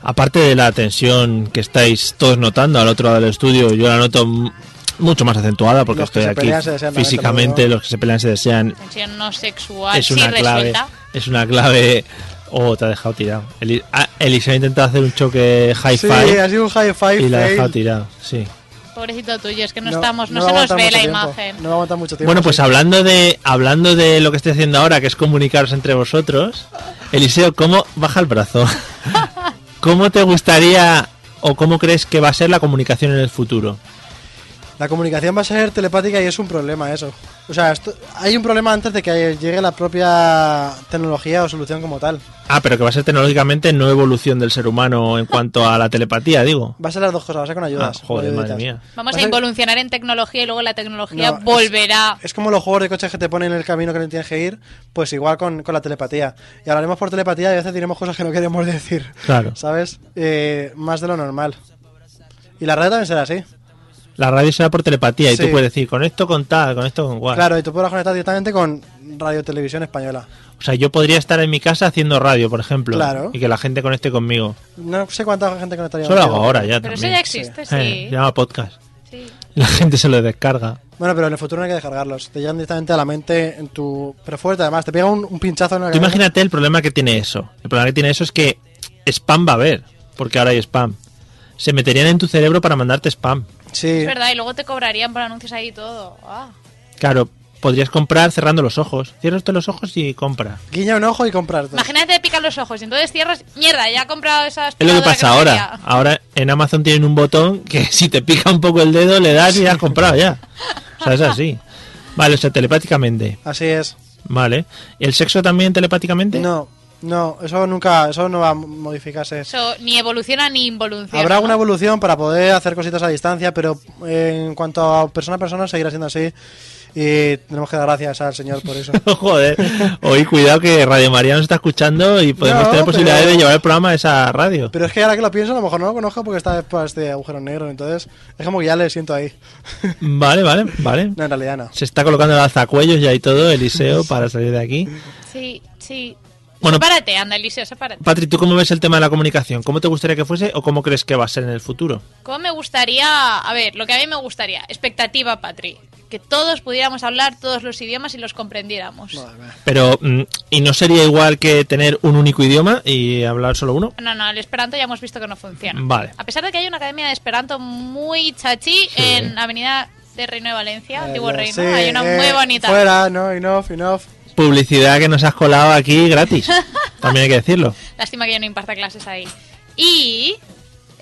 A: Aparte de la tensión que estáis todos notando al otro lado del estudio, yo la noto m- mucho más acentuada porque
C: Los que
A: estoy
C: se
A: aquí
C: pelean se desean, también te lo
A: físicamente,
C: digo.
A: los que se pelean se desean.
B: Tensión no sexual,
A: es
B: sí
A: una clave.
B: resulta.
A: Es una clave. Oh, te ha dejado tirado. Eli- ah, Eliseo ha intentado hacer un choque
C: Sí,
A: hi-fi
C: ha sido un high five.
A: y la ha
C: fail.
A: dejado tirado. Sí.
B: Pobrecito tuyo, es que no,
C: No-
B: estamos, no,
C: va
B: se
C: a
B: nos
C: aguantar
B: ve
C: mucho
B: la
C: tiempo.
B: imagen.
C: No va a aguantar mucho tiempo.
A: Bueno, pues
C: sí.
A: hablando de hablando de lo que estoy haciendo ahora, que es comunicaros entre vosotros, Eliseo, ¿cómo baja el brazo? ¿Cómo te gustaría o cómo crees que va a ser la comunicación en el futuro?
C: La comunicación va a ser telepática y es un problema eso. O sea, esto- hay un problema antes de que llegue la propia tecnología o solución como tal.
A: Ah, pero que va a ser tecnológicamente no evolución del ser humano en cuanto a la telepatía, digo.
C: Va a ser las dos cosas, va a ser con
A: Ah,
C: ayudas.
A: joder,
C: con
A: madre
C: ayuditas.
A: mía.
B: Vamos
C: Va
B: a
C: ser-
B: involucionar en tecnología y luego la tecnología
C: No, es-
B: volverá.
C: Es como los juegos de coches que te ponen en el camino que no tienes que ir, pues igual con, con la telepatía. Y hablaremos por telepatía y a veces diremos cosas que no queremos decir.
A: Claro.
C: ¿Sabes? Eh, más de lo normal. Y la radio también será así.
A: La radio será por telepatía y
C: Sí.
A: tú puedes decir con esto con tal, con esto con cual.
C: Claro, y tú podrás conectar directamente con Radio Televisión Española.
A: O sea, yo podría estar en mi casa haciendo radio, por ejemplo,
C: Claro.
A: y que la gente conecte conmigo.
C: No sé cuánta gente conectaría.
A: Eso lo hago
C: contigo.
A: ahora ya
B: Pero eso
A: también.
B: ya existe, sí.
A: Eh, se llama podcast.
B: Sí.
A: La gente se lo descarga.
C: Bueno, pero en el futuro no hay que descargarlos. Te llegan directamente a la mente en tu. Pero fuerte, además, te pega un, un pinchazo en la
A: Tú
C: cabeza.
A: imagínate el problema que tiene eso. El problema que tiene eso es que spam va a haber, porque ahora hay spam. Se meterían en tu cerebro para mandarte spam.
C: Sí.
B: Es verdad, y luego te cobrarían por anuncios ahí y todo. Ah.
A: Claro, podrías comprar cerrando los ojos. Cierra usted los ojos y compra.
C: Guiña un ojo y comprarte.
B: Imagínate te pican los ojos y entonces cierras. Mierda, ya he comprado esas.
A: Es lo que pasa ahora. Ahora en Amazon tienen un botón que si te pica un poco el dedo le das y ya has comprado ya. O sea, es así. Vale, o sea, telepáticamente.
C: Así es.
A: Vale. ¿El sexo también telepáticamente?
C: No, no, eso nunca. Eso no va a modificarse.
B: Eso ni evoluciona ni involuciona.
C: Habrá una
B: ¿no?
C: evolución para poder hacer cositas a distancia, pero eh, en cuanto a persona a persona seguirá siendo así. Y tenemos que dar gracias al Señor por eso.
A: Joder, hoy cuidado que Radio María nos está escuchando y podemos
C: No,
A: tener
C: pero-
A: posibilidades de llevar el programa a esa radio.
C: Pero es que ahora que lo pienso, a lo mejor no lo conozco porque está después de agujero negro. Entonces, es como que ya le siento ahí.
A: Vale, vale, vale.
C: No, en realidad no.
A: Se está colocando el alzacuellos ya y todo, Eliseo, para salir de aquí.
B: Sí, sí.
A: Bueno.
B: Sepárate, anda, Eliseo, sepárate.
A: Patri, ¿tú cómo ves el tema de la comunicación? ¿Cómo te gustaría que fuese o cómo crees que va a ser en el futuro?
B: ¿Cómo me gustaría.? A ver, lo que a mí me gustaría. Expectativa, Patri. Que todos pudiéramos hablar todos los idiomas y los comprendiéramos.
A: Pero, mm, ¿y no sería igual que tener un único idioma y hablar solo uno?
B: No, no, el Esperanto ya hemos visto que no funciona.
A: Vale.
B: A pesar de que hay una academia de Esperanto muy chachi en Avenida de Reino de Valencia, Antiguo
C: Eh,
B: Reino,
C: sí,
B: hay una
C: eh,
B: muy bonita.
C: Fuera, no, enough, enough.
A: Publicidad que nos has colado aquí gratis. También hay que decirlo.
B: Lástima que yo no imparta clases ahí. Y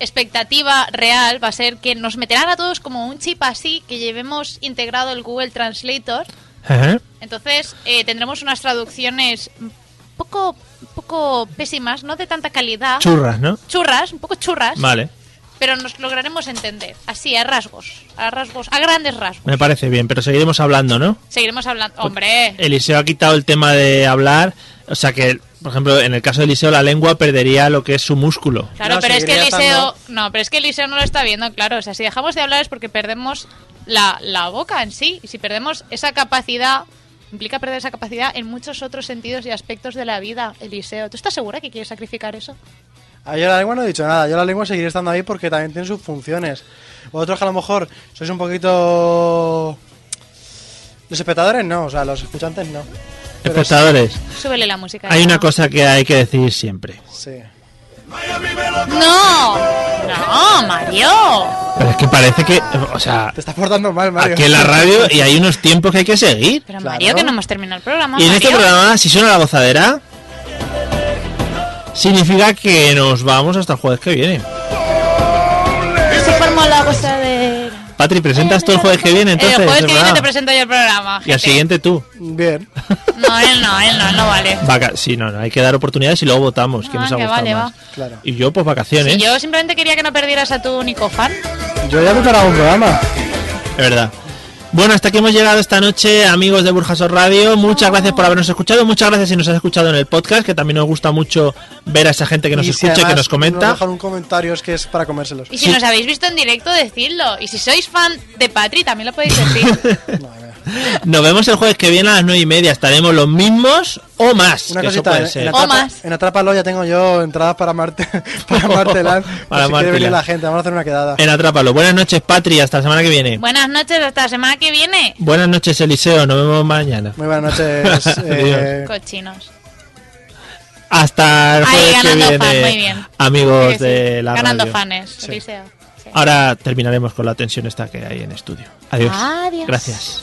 B: expectativa real va a ser que nos meterán a todos como un chip así que llevemos integrado el Google Translator.
A: Ajá.
B: Entonces eh, tendremos unas traducciones un poco, un poco pésimas, no de tanta calidad.
A: Churras, ¿no?
B: churras, un poco churras,
A: Vale,
B: pero nos lograremos entender. Así, a rasgos, a rasgos, a grandes rasgos.
A: me parece bien, pero seguiremos hablando, ¿no?
B: Seguiremos hablando. Hombre,
A: Eliseo ha quitado el tema de hablar, o sea que, por ejemplo, en el caso de Eliseo la lengua perdería lo que es su músculo.
B: Claro,
C: No,
B: pero es que
C: seguiría
B: Eliseo.
C: estando-
B: No, pero es que Eliseo no lo está viendo, claro. O sea, si dejamos de hablar es porque perdemos la, la boca en sí. Y si perdemos esa capacidad, implica perder esa capacidad en muchos otros sentidos y aspectos de la vida, Eliseo. ¿Tú estás segura que quieres sacrificar eso?
C: Ah, Yo la lengua no he dicho nada, yo la lengua seguiré estando ahí porque también tiene sus funciones. Vosotros que a lo mejor sois un poquito... Los espectadores no, o sea, los escuchantes no. Pero
A: Espectadores,
B: Súbele la música.
A: hay
B: ya.
A: una cosa que hay que decir siempre.
C: Sí.
B: ¡No! ¡No, Mario!
A: Pero es que parece que, o sea,
C: Te estás portando mal, Mario.
A: aquí en la radio y hay unos tiempos que hay que seguir.
B: Pero
C: Claro.
B: Mario, que no hemos terminado el programa.
A: Y en este
B: Mario.
A: programa, si suena la gozadera, significa que nos vamos hasta el jueves que viene.
H: Se formó la gozadera.
A: Patri, presentas tú el jueves que viene, entonces.
B: el jueves
A: el
B: que viene te
A: programa.
B: presento yo el programa.
A: y al
B: gente.
A: siguiente tú.
C: Bien.
B: No, él no, él no, él no vale.
A: Vaca sí, no, no, hay que dar oportunidades y luego votamos.
B: Ah,
A: ¿Quién nos ha
B: que
A: gustado
B: vale,
A: más?
B: va.
C: Claro.
A: Y yo, pues vacaciones.
B: Si yo simplemente quería que no perdieras a tu único fan.
C: Yo ya he preparado un programa.
A: De verdad. Bueno, hasta aquí hemos llegado esta noche, amigos de Burjasot Radio. Muchas gracias por habernos escuchado. Muchas gracias si nos has escuchado en el podcast, que también nos gusta mucho ver a esa gente que nos
C: Y si
A: escucha y que
C: además
A: nos comenta.
C: dejan un comentario es que es para comérselos.
B: Y si
A: Sí.
B: nos habéis visto en directo, decidlo. Y si sois fan de Patri, también lo podéis decir.
A: Nos vemos el jueves que viene a las nueve y media. Estaremos los mismos o más.
C: Una
A: que eso
C: cosita,
A: puede
C: en, en
A: ser.
C: Atrapa-
B: O más.
C: en Atrápalo ya tengo yo entradas para Marte, para Marteland. por
A: Para Eh.
C: si quiere venir
A: Marteland.
C: la gente, vamos a hacer una quedada.
A: En Atrápalo. Buenas noches, Patria. Hasta la semana que viene.
B: Buenas noches, hasta la semana que viene.
A: Buenas noches, Eliseo. Nos vemos mañana.
C: Muy buenas noches. eh,
B: Cochinos.
A: Hasta el
B: Ahí,
A: jueves que
B: ganando
A: viene,
B: fan, muy bien.
A: amigos
B: Sí, sí.
A: de la
B: Ganando
A: radio.
B: fans. Eliseo. Sí.
A: Ahora terminaremos con la tensión esta que hay en estudio. Adiós.
B: Adiós.
A: Gracias.